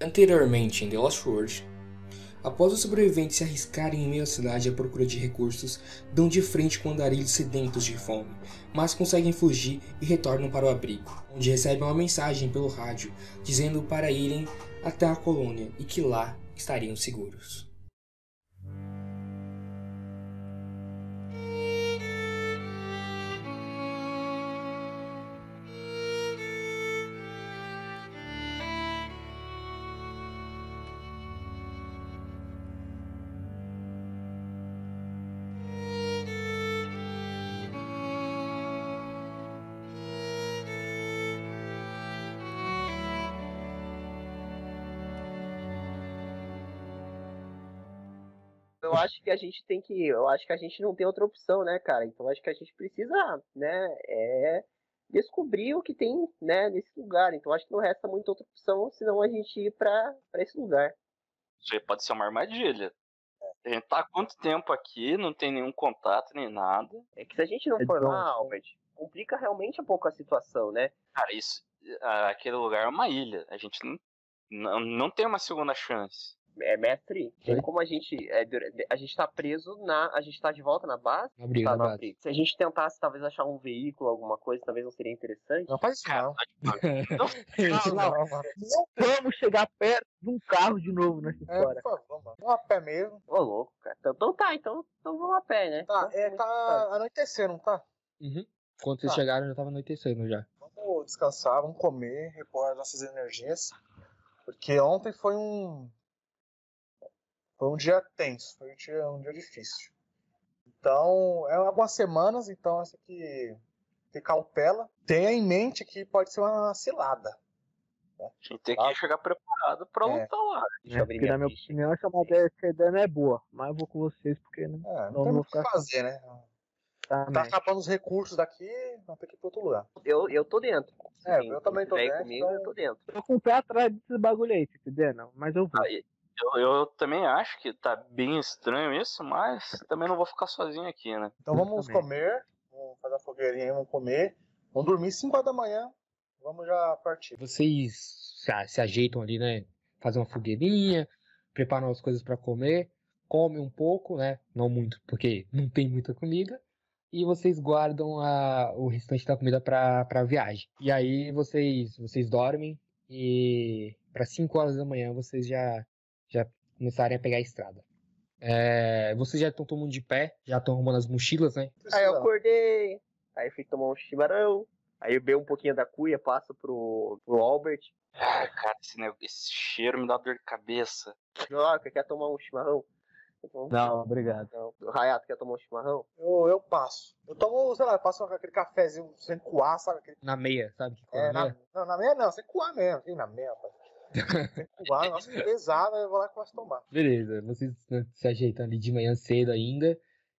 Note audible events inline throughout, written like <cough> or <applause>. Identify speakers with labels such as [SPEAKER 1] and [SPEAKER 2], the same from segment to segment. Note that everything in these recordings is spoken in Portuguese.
[SPEAKER 1] Anteriormente em The Lost World, após os sobreviventes se arriscarem em meio à cidade à procura de recursos, dão de frente com andarilhos sedentos de fome, mas conseguem fugir e retornam para o abrigo, onde recebem uma mensagem pelo rádio dizendo para irem até a colônia e que lá estariam seguros.
[SPEAKER 2] eu acho que a gente tem que. Eu acho que a gente não tem outra opção, né, cara? Então acho que a gente precisa, né, é descobrir o que tem, né, nesse lugar. Então acho que não resta muita outra opção senão a gente ir pra, pra esse lugar.
[SPEAKER 3] Isso aí pode ser uma armadilha. A gente tá há quanto tempo aqui, não tem nenhum contato nem nada.
[SPEAKER 2] É que se a gente não
[SPEAKER 4] É
[SPEAKER 2] for lá,
[SPEAKER 4] bom.
[SPEAKER 2] Albert, complica realmente um pouco a situação, né?
[SPEAKER 3] Cara, isso, ah, aquele lugar é uma ilha. A gente não, não, não tem uma segunda chance.
[SPEAKER 2] É, mestre, tem
[SPEAKER 4] Oi?
[SPEAKER 2] como a gente. é, dura- a gente tá preso na. A gente tá de volta na base?
[SPEAKER 1] Abrigo, né,
[SPEAKER 2] Tá,
[SPEAKER 1] na
[SPEAKER 2] na
[SPEAKER 1] base.
[SPEAKER 2] briga. Se a gente tentasse talvez achar um veículo, alguma coisa, talvez não seria interessante.
[SPEAKER 4] Não faz isso
[SPEAKER 3] Cara,
[SPEAKER 4] não.
[SPEAKER 1] <laughs> Isso
[SPEAKER 4] não,
[SPEAKER 5] Não vamos chegar perto de um carro de novo nessa
[SPEAKER 4] É,
[SPEAKER 5] história.
[SPEAKER 4] por favor, mano. Vamos a pé mesmo.
[SPEAKER 2] Ô, louco, cara. Então, então tá, então, então vamos a pé, né?
[SPEAKER 4] Tá, é, tá anoitecendo, não tá?
[SPEAKER 1] Quando vocês
[SPEAKER 4] Tá.
[SPEAKER 1] chegaram, já tava anoitecendo já.
[SPEAKER 4] Vamos descansar, vamos comer, repor as nossas energias. Porque ontem foi um. Foi um dia tenso, foi um dia, um dia difícil. Então, é algumas semanas, então essa que ter cautela. Tenha em mente que pode ser uma cilada.
[SPEAKER 3] A gente tem
[SPEAKER 4] Ah.
[SPEAKER 3] que chegar preparado pra
[SPEAKER 4] É.
[SPEAKER 3] lutar lá.
[SPEAKER 2] Deixa eu abrir
[SPEAKER 5] Porque, na minha
[SPEAKER 2] minha ficha.
[SPEAKER 5] opinião, essa matéria que ideia não é boa. Mas eu vou com vocês porque não Não,
[SPEAKER 4] É, não, tem
[SPEAKER 5] não
[SPEAKER 4] muito o que
[SPEAKER 5] fica-
[SPEAKER 4] fazer, né?
[SPEAKER 5] tá,
[SPEAKER 4] Tá
[SPEAKER 5] né?
[SPEAKER 4] acabando os recursos daqui, vamos ter que ir pra outro lugar.
[SPEAKER 2] Eu, eu tô dentro.
[SPEAKER 4] É,
[SPEAKER 2] Sim,
[SPEAKER 4] eu também tô
[SPEAKER 2] vem
[SPEAKER 4] dentro,
[SPEAKER 2] comigo,
[SPEAKER 4] então-
[SPEAKER 2] eu tô dentro.
[SPEAKER 5] Tô com o pé atrás desse bagulho aí, tá entendendo? Mas eu vou.
[SPEAKER 3] Ah, e- Eu, eu também acho que tá bem estranho isso, mas também não vou ficar sozinho aqui, né?
[SPEAKER 4] Então vamos
[SPEAKER 5] Exatamente.
[SPEAKER 4] comer, vamos fazer a fogueirinha aí, vamos comer. Vamos dormir 5 horas da manhã, vamos já partir.
[SPEAKER 1] Vocês se a- se ajeitam ali, né? Fazem uma fogueirinha, preparam as coisas pra comer, comem um pouco, né? Não muito, porque não tem muita comida. E vocês guardam a- o restante da comida pra pra viagem. E aí vocês vocês dormem e para 5 horas da manhã vocês já já começarem a pegar a estrada. É, vocês já estão todo mundo de pé, já estão arrumando as mochilas, né?
[SPEAKER 2] Aí Ah, eu acordei, aí fui tomar um chimarrão, aí eu bebo um pouquinho da cuia, passo pro, pro Albert.
[SPEAKER 3] Ah, cara, esse, nego- esse cheiro me dá dor de cabeça.
[SPEAKER 2] Joca, quer tomar um chimarrão? Eu tomo um
[SPEAKER 5] Não, obrigado.
[SPEAKER 2] chimarrão. Rayato, quer tomar um chimarrão?
[SPEAKER 4] Eu, eu passo. Eu tomo, sei lá, eu passo aquele cafezinho sem coar, sabe? Aquele,
[SPEAKER 1] Na meia, sabe? que cola na
[SPEAKER 4] é, na,
[SPEAKER 1] meia?
[SPEAKER 4] não, na meia não, sem coar mesmo. Ih, na meia, rapaz. sem coar, nossa, que pesado, eu vou lá e começo a tomar.
[SPEAKER 1] Beleza, vocês né, se ajeitam ali de manhã cedo ainda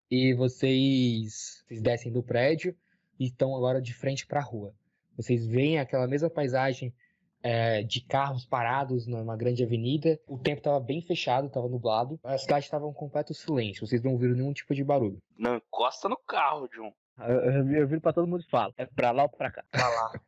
[SPEAKER 1] e vocês, vocês descem do prédio e estão agora de frente para a rua. Vocês veem aquela mesma paisagem é, de carros parados numa grande avenida. O tempo estava bem fechado, estava nublado. A cidade estava um completo silêncio. Vocês não ouviram nenhum tipo de barulho.
[SPEAKER 3] Não encosta no carro, John.
[SPEAKER 5] Ah, Eu, eu, eu viro pra todo mundo e falo. É pra lá ou pra cá?
[SPEAKER 4] Tá lá.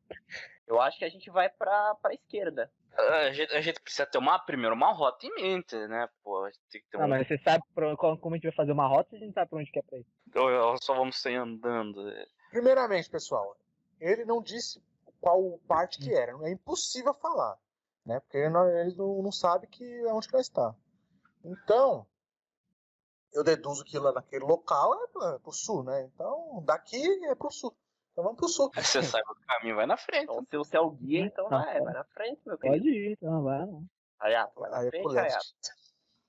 [SPEAKER 2] Eu acho que a gente vai pra, pra esquerda.
[SPEAKER 3] A gente, a gente precisa ter uma, primeiro uma rota em mente, né? Pô, a gente tem
[SPEAKER 1] Ah,
[SPEAKER 3] que ter um.
[SPEAKER 5] Não, mas você sabe pra, como, como a gente vai fazer uma rota, a gente sabe pra onde que é pra ir.
[SPEAKER 3] Ou- ou só vamos sair andando. é.
[SPEAKER 4] Primeiramente, pessoal, ele não disse qual parte que era. É impossível falar, né? Porque ele não, ele não, não sabe que é onde que nós está. Então, eu deduzo que lá naquele local é pra- pro sul, né? Então, daqui é pro sul. Então vamos pro sul.
[SPEAKER 3] Você sabe o caminho, vai na frente. <laughs>
[SPEAKER 2] Então, se você é o guia, então
[SPEAKER 5] Tá.
[SPEAKER 2] vai, vai na frente, meu querido.
[SPEAKER 5] Pode ir, então vai. lá.
[SPEAKER 2] Rayato, vai na
[SPEAKER 4] Aí é pro
[SPEAKER 2] frente, Rayato.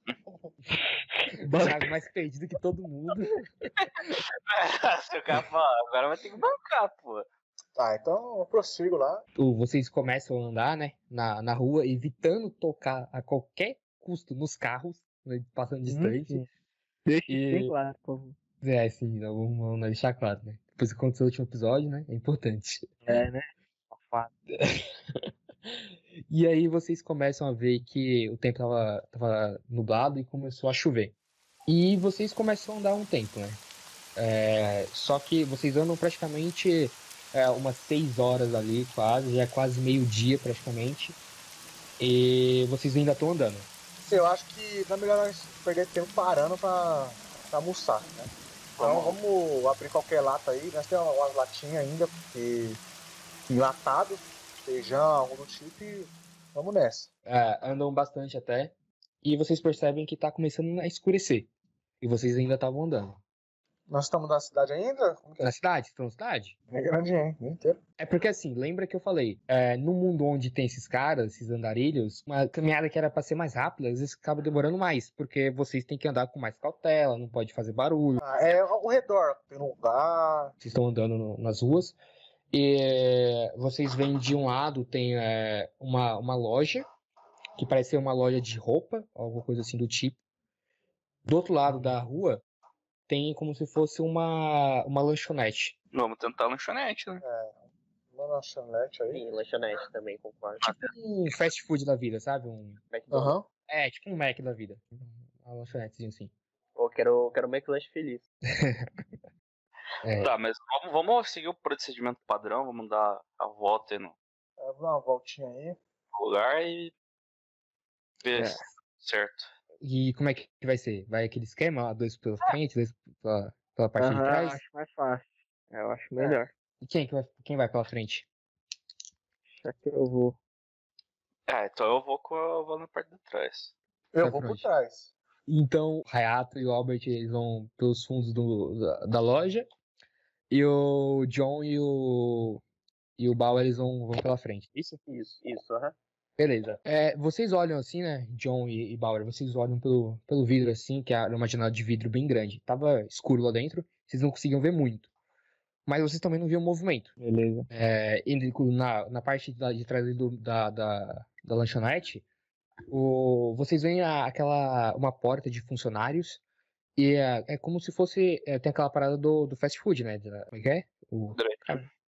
[SPEAKER 4] leste.
[SPEAKER 1] Thiago mais perdido que todo mundo.
[SPEAKER 3] Se o cara fala, "Ah, agora vai ter que bancar, pô.
[SPEAKER 4] Tá, então eu prossigo lá.
[SPEAKER 1] o- vocês começam a andar, né, na, na rua, evitando tocar a qualquer custo nos carros, né, passando distante.
[SPEAKER 5] Enfim. Deixa
[SPEAKER 1] E-
[SPEAKER 5] bem claro, por favor.
[SPEAKER 1] É, assim, vamos, vamos deixar claro, né? Depois que aconteceu o último episódio, né? É importante.
[SPEAKER 5] É, né? Safado.
[SPEAKER 1] <laughs> E aí vocês começam a ver que o tempo tava, tava nublado e começou a chover. E vocês começam a andar um tempo, né? É, só que vocês andam praticamente é, umas seis horas ali, quase, já é quase meio-dia praticamente. E vocês ainda estão andando.
[SPEAKER 4] Eu acho que não é melhor nós perder tempo parando pra, pra almoçar, né? Então
[SPEAKER 3] Vamos.
[SPEAKER 4] vamos abrir qualquer lata aí. Nós temos umas latinhas ainda, porque enlatado, feijão, algo do tipo, e vamos nessa.
[SPEAKER 1] É, andam bastante até. E vocês percebem que tá começando a escurecer. E vocês ainda estavam andando.
[SPEAKER 4] Nós estamos na cidade ainda? Como que
[SPEAKER 1] Na cidade? Estão na cidade?
[SPEAKER 4] É grande, hein? Bem inteiro.
[SPEAKER 1] É porque assim, lembra que eu falei, é, no mundo onde tem esses caras, esses andarilhos, uma caminhada que era pra ser mais rápida, às vezes acaba demorando mais, porque vocês têm que andar com mais cautela, não pode fazer barulho,
[SPEAKER 4] Ah, é ao redor, tem um lugar.
[SPEAKER 1] vocês estão andando no- nas ruas. E é, vocês veem de um lado tem é, uma, uma loja, que parece ser uma loja de roupa, alguma coisa assim do tipo. Do outro lado da rua tem como se fosse uma, uma lanchonete.
[SPEAKER 3] Vamos tentar a lanchonete, né?
[SPEAKER 4] Manda uma chanelete aí.
[SPEAKER 2] Sim, lanchonete também, concordo.
[SPEAKER 4] Ah,
[SPEAKER 1] Um fast food da vida, sabe? Um,
[SPEAKER 2] McDonald's.
[SPEAKER 4] Aham.
[SPEAKER 1] É, tipo um Mac da vida. Uma lanchonetezinha assim.
[SPEAKER 2] Pô, quero, quero um McLanche feliz.
[SPEAKER 1] É,
[SPEAKER 3] Tá, mas vamos, vamos seguir o procedimento padrão, vamos dar a volta aí no
[SPEAKER 4] É, vou dar uma voltinha aí.
[SPEAKER 3] lugar e. ver
[SPEAKER 1] É.
[SPEAKER 3] se tá tudo certo.
[SPEAKER 1] E como é que vai ser? Vai aquele esquema, ó, dois pela frente, dois pela, pela parte de
[SPEAKER 6] Aham, eu
[SPEAKER 1] trás?
[SPEAKER 6] acho mais fácil. É, Eu acho
[SPEAKER 2] É.
[SPEAKER 6] melhor.
[SPEAKER 1] E quem, que vai, quem vai pela frente?
[SPEAKER 6] Já que eu vou.
[SPEAKER 3] Ah, então eu vou com a vou na parte de trás.
[SPEAKER 4] Eu
[SPEAKER 1] Tá
[SPEAKER 4] vou por
[SPEAKER 1] pronto.
[SPEAKER 4] trás.
[SPEAKER 1] Então, o Hayato e o Albert eles vão pelos fundos do- da, da loja. E o John e o. E o Bao eles vão, vão pela frente. Isso?
[SPEAKER 2] Isso, isso, aham.
[SPEAKER 1] Beleza. É, vocês olham assim, né, John e, e Bauer, vocês olham pelo, pelo vidro assim, que era uma janela de vidro bem grande. Tava escuro lá dentro, vocês não conseguiam ver muito. Mas vocês também não viam o movimento.
[SPEAKER 6] Beleza.
[SPEAKER 1] É, e cu- na, na parte da- de trás ali do- da, da, da lanchonete, o, vocês veem a- aquela, uma porta de funcionários e é, é como se fosse, é, tem aquela parada do, do fast food, né, da- como é que é? O,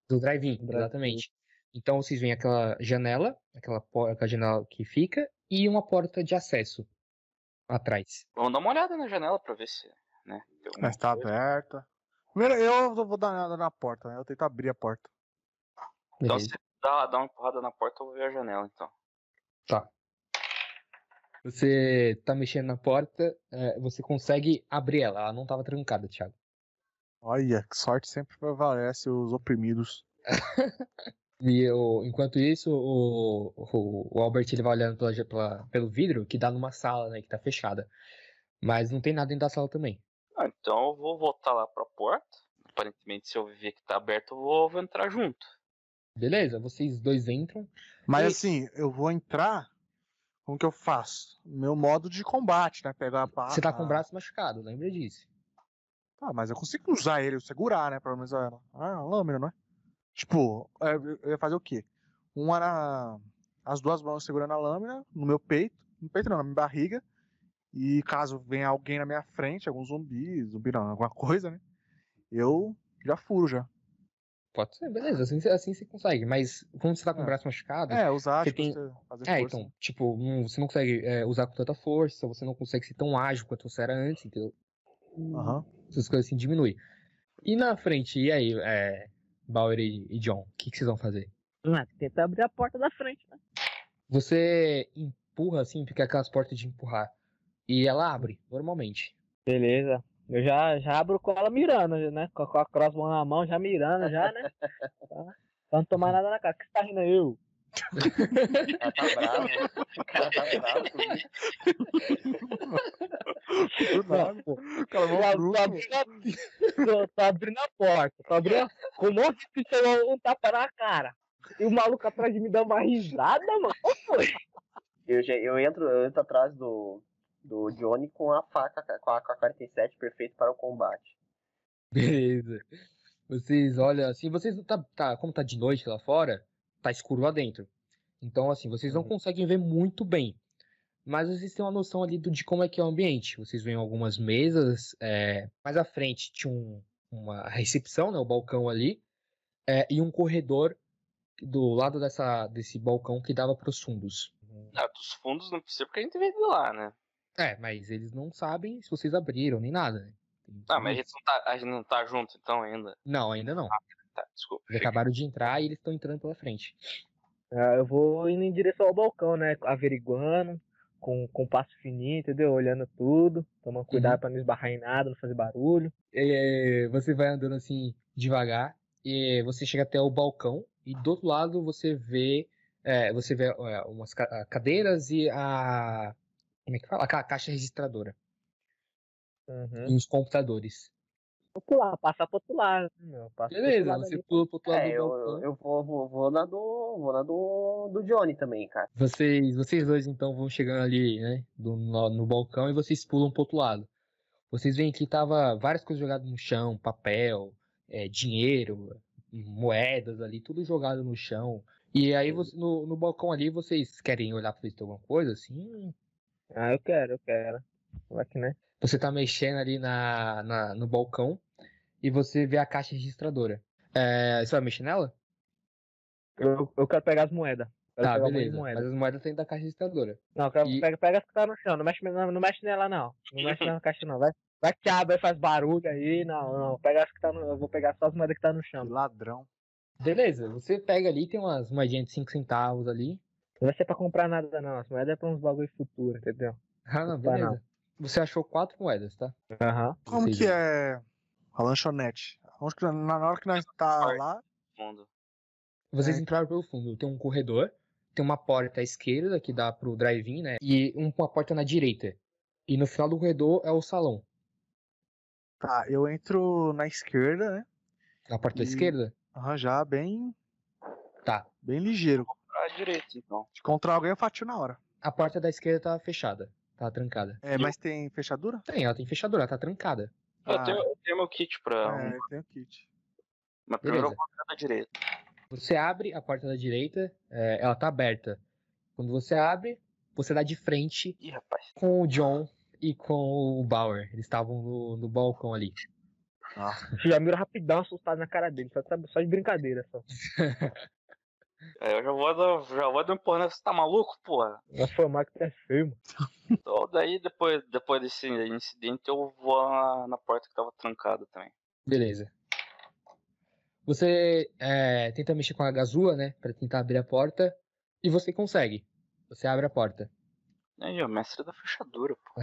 [SPEAKER 1] do drive-in,
[SPEAKER 6] drive-in.
[SPEAKER 1] exatamente. Então vocês veem aquela janela, aquela, por- aquela janela que fica, e uma porta de acesso atrás.
[SPEAKER 3] Vamos dar uma olhada na janela pra ver se. Né, tem alguma
[SPEAKER 4] Mas tá
[SPEAKER 3] coisa.
[SPEAKER 4] aberta. Primeiro eu não vou dar nada na porta, né? Eu tento abrir a porta.
[SPEAKER 3] Então
[SPEAKER 1] Beleza.
[SPEAKER 3] se dá, dá uma empurrada na porta, eu vou ver a janela então.
[SPEAKER 1] Você tá mexendo na porta, é, você consegue abrir ela, ela não tava trancada, Thiago.
[SPEAKER 4] Olha, que sorte sempre prevalece os oprimidos.
[SPEAKER 1] E eu- enquanto isso, o, o, o Albert ele vai olhando pela, ja- pela- pelo vidro que dá numa sala, né, que tá fechada. Mas não tem nada dentro da sala também.
[SPEAKER 3] Ah, então eu vou voltar lá pra porta. Aparentemente, se eu ver que tá aberto, eu vou, vou entrar junto.
[SPEAKER 1] Beleza, vocês dois entram.
[SPEAKER 4] Mas
[SPEAKER 1] E-
[SPEAKER 4] assim, eu vou entrar. Como que eu faço? Meu modo de combate, né? Pegar a pá.
[SPEAKER 1] Você tá com
[SPEAKER 4] a-
[SPEAKER 1] o braço machucado, lembra disso.
[SPEAKER 4] Ah, mas eu consigo usar ele, segurar, né? Pelo menos a, a lâmina, não é? Tipo, é, eu ia fazer o quê? Uma na. As duas mãos segurando a lâmina no meu peito. No peito não, na minha barriga. E caso venha alguém na minha frente, algum zumbi, zumbi não, alguma coisa, né? Eu já furo já.
[SPEAKER 1] Pode ser, beleza, assim, assim você consegue. Mas como você tá com o
[SPEAKER 4] É.
[SPEAKER 1] braço machucado,
[SPEAKER 4] É, usar,
[SPEAKER 1] Você
[SPEAKER 4] tipo,
[SPEAKER 1] tem-
[SPEAKER 4] você fazer
[SPEAKER 1] É,
[SPEAKER 4] força.
[SPEAKER 1] então, tipo, não- você não consegue é, usar com tanta força, você não consegue ser tão ágil quanto você era antes, entendeu? então.
[SPEAKER 4] Aham.
[SPEAKER 1] Essas coisas assim diminuem. E na frente, e aí, é, Bauer e, e John, o que, que vocês vão fazer?
[SPEAKER 6] Ah, tenta abrir a porta da frente, né?
[SPEAKER 1] Você empurra assim, fica aquelas portas de empurrar. E ela abre, normalmente. <laughs>
[SPEAKER 6] Beleza. Eu já, já abro com ela mirando, né? Com, a- com a crossbow na mão, já mirando, já, <laughs> né? Tá? Pra não tomar nada na cara. O que você tá rindo aí? Eu?
[SPEAKER 2] Ela tá brava. O cara tá bravo comigo.
[SPEAKER 4] Do nada,
[SPEAKER 1] então.
[SPEAKER 4] cara,
[SPEAKER 6] Tô
[SPEAKER 4] mó bruto.
[SPEAKER 6] Tá abrindo, a- tô- tô abrindo a porta. Tô abrindo a... Com um monte de chegou um tapa na cara. E o maluco atrás de mim dá uma risada, mano. Qual foi?
[SPEAKER 2] Eu, já- eu, entro, eu entro atrás do, do Johnny com a faca, com a, com a 47 perfeito para o combate.
[SPEAKER 1] Beleza. Vocês olham assim, vocês não- tá, tá, como tá de noite lá fora, tá escuro lá dentro. Então, assim, vocês não conseguem ver muito bem. Mas vocês têm uma noção ali do, de como é que é o ambiente. Vocês veem algumas mesas, é, mais à frente tinha um- uma recepção, né, o balcão ali, é, e um corredor do lado dessa, desse balcão que dava pros fundos.
[SPEAKER 3] Ah, dos fundos não precisa porque a gente veio de lá, né?
[SPEAKER 1] É, mas eles não sabem se vocês abriram nem nada, né?
[SPEAKER 3] Ah, mas a gente não tá, a gente não tá junto então ainda.
[SPEAKER 1] Não, ainda não.
[SPEAKER 3] Tá, desculpa.
[SPEAKER 1] Eles acabaram de entrar e eles estão entrando pela frente.
[SPEAKER 6] Ah, eu vou indo em direção ao balcão, né? Averiguando, com, com passo fininho, entendeu? Olhando tudo, tomando cuidado pra não esbarrar em nada, não fazer barulho.
[SPEAKER 1] É, você vai andando assim devagar e você chega até o balcão e do outro lado você vê é, você vê é, umas ca- ah, cadeiras e a como é que fala? A ca- caixa registradora
[SPEAKER 6] Uhum.
[SPEAKER 1] e uns computadores.
[SPEAKER 6] Vou pular, passar pro outro lado, né, meu? Passar pro outro
[SPEAKER 1] Beleza,
[SPEAKER 6] lado
[SPEAKER 1] você
[SPEAKER 6] ali.
[SPEAKER 1] pula pro outro lado
[SPEAKER 2] É,
[SPEAKER 1] do balcão.
[SPEAKER 2] eu, eu vou, vou, vou na do. Vou na do, do Johnny também, cara.
[SPEAKER 1] Vocês, vocês dois então vão chegando ali, né, do- no, no balcão e vocês pulam pro outro lado. Vocês veem que tava várias coisas jogadas no chão, papel, eh, dinheiro, moedas ali, tudo jogado no chão. E aí você- no, no balcão ali vocês querem olhar pra ver se tem alguma coisa assim?
[SPEAKER 6] Ah, eu quero, eu quero. Vai que, né?
[SPEAKER 1] Você tá mexendo ali na, na- no balcão e você vê a caixa registradora. Eh, você vai mexer nela?
[SPEAKER 6] Eu, eu quero pegar as moedas. Quero
[SPEAKER 1] Tá,
[SPEAKER 6] pegar um monte de
[SPEAKER 1] beleza.
[SPEAKER 6] moeda.
[SPEAKER 1] Mas as moedas estão dentro da caixa registradora.
[SPEAKER 6] Não, eu quero-
[SPEAKER 1] E-
[SPEAKER 6] pega, pega as que tá no chão, não mexe, não, não mexe nela não. Não mexe na caixa não. Vai, vai que abre, faz barulho aí, não, não. Pega as que tá no. Eu vou pegar só as moedas que tá no chão.
[SPEAKER 4] Ladrão.
[SPEAKER 1] Beleza, você pega ali, tem umas moedinhas de 5 centavos ali.
[SPEAKER 6] Não vai ser pra comprar nada não. As moedas é pra uns bagulho futuro, entendeu?
[SPEAKER 1] Ah, não,
[SPEAKER 6] Tá, não.
[SPEAKER 1] beleza. Você achou quatro moedas, tá?
[SPEAKER 6] Aham.
[SPEAKER 4] Como
[SPEAKER 1] Vocês
[SPEAKER 4] que
[SPEAKER 1] aí.
[SPEAKER 4] é a lanchonete? Onde que- na na hora que nós tá lá,
[SPEAKER 3] Fundo.
[SPEAKER 1] Vocês
[SPEAKER 4] É.
[SPEAKER 1] entraram pelo fundo. Tem um corredor, tem uma porta à esquerda que dá pro drive-in, né? E um- uma porta na direita. E no final do corredor é o salão.
[SPEAKER 4] tá, eu entro na esquerda, né?
[SPEAKER 1] Na porta da
[SPEAKER 4] E-
[SPEAKER 1] esquerda?
[SPEAKER 4] Arranjar bem,
[SPEAKER 1] Tá.
[SPEAKER 4] bem ligeiro.
[SPEAKER 3] Pra direita, então.
[SPEAKER 4] Se encontrar alguém, eu fatio na hora.
[SPEAKER 1] A porta da esquerda tá fechada. Tá trancada.
[SPEAKER 4] É, mas tem fechadura?
[SPEAKER 1] Tem, ela tem fechadura, ela tá trancada.
[SPEAKER 4] Ah.
[SPEAKER 3] Eu, tenho, eu tenho meu kit pra. um,
[SPEAKER 4] É, tem o kit.
[SPEAKER 3] Mas primeiro eu
[SPEAKER 1] Beleza.
[SPEAKER 3] vou pra da direita.
[SPEAKER 1] Você abre a porta da direita, é, ela tá aberta. Quando você abre, você dá de frente
[SPEAKER 3] Ih, rapaz.
[SPEAKER 1] com o John e com o Bauer. Eles estavam no, no balcão ali.
[SPEAKER 6] Já mira rapidão, assustado na cara dele, só, sabe, só de brincadeira. Só.
[SPEAKER 3] Aí É, eu já vou dar, já vou dar um empurrão. nessa- Você tá maluco, porra?
[SPEAKER 6] Mas foi mal que tá feio, mano.
[SPEAKER 3] Então daí depois, depois desse incidente eu vou na, na porta que tava trancada também.
[SPEAKER 1] Beleza. Você é, tenta mexer com a gazua, né? Pra tentar abrir a porta. E você consegue. Você abre a porta.
[SPEAKER 3] Aí, ó, mestre da fechadura, pô.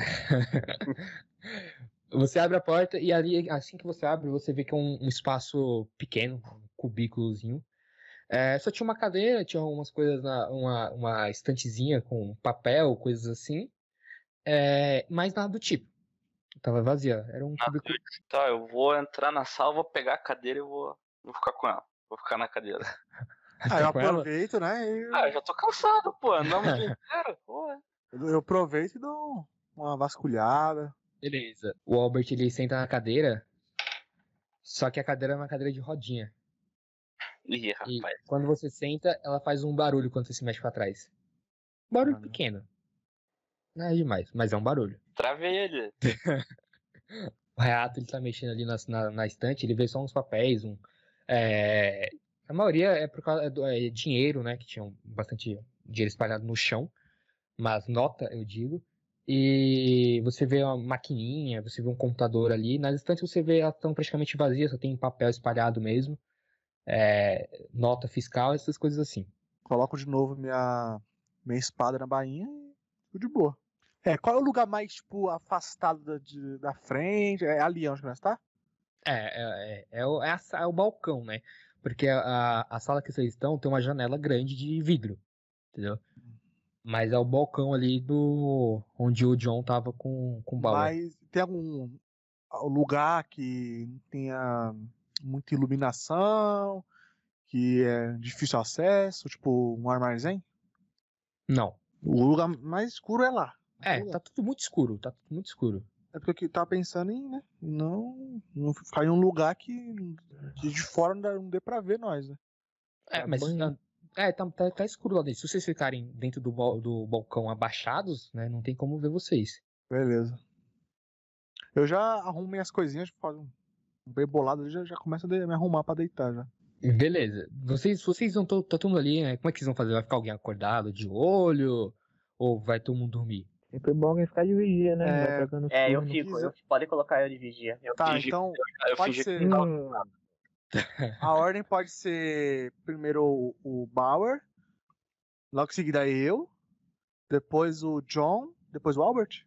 [SPEAKER 1] Você abre a porta e ali, assim que você abre, você vê que é um, um espaço pequeno, um cubículozinho. É, só tinha uma cadeira, tinha umas coisas na. Uma, uma estantezinha com papel, coisas assim. É, mas nada do tipo. Tava vazia. Era um
[SPEAKER 3] Nada
[SPEAKER 1] cubículo.
[SPEAKER 3] Tá, eu vou entrar na sala, vou pegar a cadeira e vou, vou ficar com ela. Vou ficar na cadeira.
[SPEAKER 4] Aí
[SPEAKER 1] <laughs>
[SPEAKER 4] eu
[SPEAKER 1] Tá com ela?
[SPEAKER 4] aproveito, né? e
[SPEAKER 3] Ah, eu já tô cansado, pô. Andamos
[SPEAKER 4] <laughs>
[SPEAKER 3] de inteiro, pô.
[SPEAKER 4] Eu, eu aproveito e dou uma vasculhada.
[SPEAKER 1] Beleza. O Albert ele senta na cadeira. Só que a cadeira é uma cadeira de rodinha.
[SPEAKER 3] Ih,
[SPEAKER 1] E
[SPEAKER 3] rapaz.
[SPEAKER 1] quando você senta, ela faz um barulho quando você se mexe pra trás. Barulho
[SPEAKER 4] Caramba.
[SPEAKER 1] pequeno. Não é demais, mas é um barulho.
[SPEAKER 3] Travei ele.
[SPEAKER 1] O Reato, ele tá mexendo ali nas- na, na estante, ele vê só uns papéis, um... é, A maioria é por causa do é dinheiro, né? Que tinha um- bastante dinheiro espalhado no chão. Mas nota, eu digo. E você vê uma maquininha, você vê um computador ali. Nas estantes você vê elas estão praticamente vazias, só tem papel espalhado mesmo. é, Nota fiscal, essas coisas assim.
[SPEAKER 4] Coloco de novo minha, minha espada na bainha e fico de boa. É, qual é o lugar mais, tipo, afastado da, de- da frente? É ali onde nós tá?
[SPEAKER 1] É, é, é, é o, é a sa- é o balcão, né? Porque a, a sala que vocês estão tem uma janela grande de vidro, entendeu? Mas é o balcão ali do onde o John tava com, com o Bauer.
[SPEAKER 4] Mas tem algum ah, lugar que não tenha muita iluminação, que é difícil acesso, tipo um armazém?
[SPEAKER 1] Não.
[SPEAKER 4] O lugar mais escuro é lá.
[SPEAKER 1] É,
[SPEAKER 4] Boa.
[SPEAKER 1] tá tudo muito escuro, tá tudo muito escuro.
[SPEAKER 4] É porque eu tava pensando em, né? Não, não ficar em um lugar que, que de fora não dá- não dê pra ver nós, né?
[SPEAKER 1] É, mas tá, é, tá, tá, tá escuro lá dentro. Se vocês ficarem dentro do, bal- do balcão abaixados, né, não tem como ver vocês.
[SPEAKER 4] Beleza. Eu já arrumo minhas coisinhas, tipo, faço um um bem bolado, eu já, já começo a de- me arrumar pra deitar já.
[SPEAKER 1] Beleza. Vocês, vocês vão to- tá todo mundo ali, né? Como é que vocês vão fazer? Vai ficar alguém acordado de olho? Ou vai todo mundo dormir?
[SPEAKER 6] Sempre bom alguém ficar de vigia, né?
[SPEAKER 4] É,
[SPEAKER 6] Vai trocando
[SPEAKER 2] É, eu
[SPEAKER 6] turno.
[SPEAKER 2] fico.
[SPEAKER 4] quis-
[SPEAKER 2] Eu, podem colocar eu de vigia. Eu
[SPEAKER 4] Tá,
[SPEAKER 3] fingi-
[SPEAKER 4] então
[SPEAKER 3] Eu
[SPEAKER 4] pode
[SPEAKER 3] fingi
[SPEAKER 4] ser.
[SPEAKER 3] que tava
[SPEAKER 6] Hum,
[SPEAKER 4] a ordem pode ser primeiro o, o Bauer, Logo em seguida eu, depois o John, depois o Albert.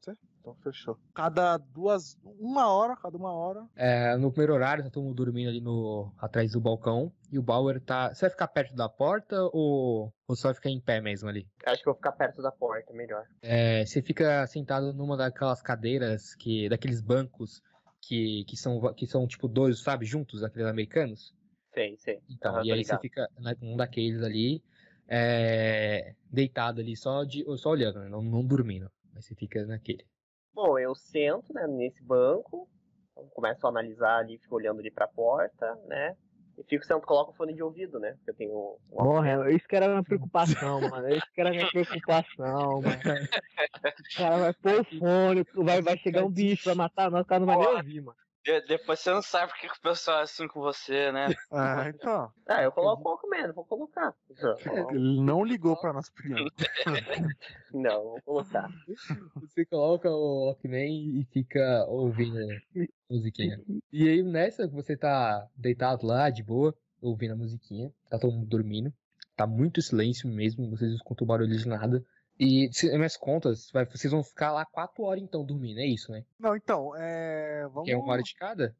[SPEAKER 4] Então fechou. Cada duas. Uma hora, cada uma hora.
[SPEAKER 1] É, no primeiro horário, tá todo mundo dormindo ali no, atrás do balcão. E o Bauer tá. Você vai ficar perto da porta ou, ou só vai ficar em pé mesmo ali?
[SPEAKER 2] Acho que eu vou ficar perto da porta, melhor.
[SPEAKER 1] É, você fica sentado numa daquelas cadeiras que. daqueles bancos que, que, são, que são tipo dois, sabe, juntos, aqueles americanos.
[SPEAKER 2] Sei, sei.
[SPEAKER 1] Então,
[SPEAKER 2] Aham,
[SPEAKER 1] e
[SPEAKER 2] tô
[SPEAKER 1] aí você
[SPEAKER 2] ligado.
[SPEAKER 1] fica na- num daqueles ali, é, deitado ali, só, de, só olhando, né? não, não dormindo. Mas você fica naquele.
[SPEAKER 2] Bom, eu sento, né, nesse banco, começo a analisar ali, fico olhando ali pra porta, né? E fico sentado, coloco o fone de ouvido, né? Porque eu tenho um- um
[SPEAKER 6] Porra, é, isso que era a minha preocupação, mano. Isso que era a minha preocupação, mano. O cara vai pôr o fone, vai, vai chegar um bicho, vai matar nós, o cara não vai nem ouvir, mano.
[SPEAKER 3] De- depois você não sabe porque que o pessoal é assim com você, né?
[SPEAKER 4] <laughs> Ah, então.
[SPEAKER 2] Ah, eu coloco pouco menos, vou
[SPEAKER 4] <laughs>
[SPEAKER 2] colocar. Não,
[SPEAKER 4] Ele não ligou pra nossa opinião.
[SPEAKER 2] Não, vou colocar.
[SPEAKER 1] Você coloca o Walkman e fica ouvindo a musiquinha. E aí nessa que você tá deitado lá, de boa, ouvindo a musiquinha, tá todo mundo dormindo, tá muito silêncio mesmo, vocês não escutam barulho de nada. E se- minhas contas, vai- vocês vão ficar lá quatro horas então dormindo, é isso, né?
[SPEAKER 4] Não, então, é. Vamos.
[SPEAKER 1] Que é uma hora de cada?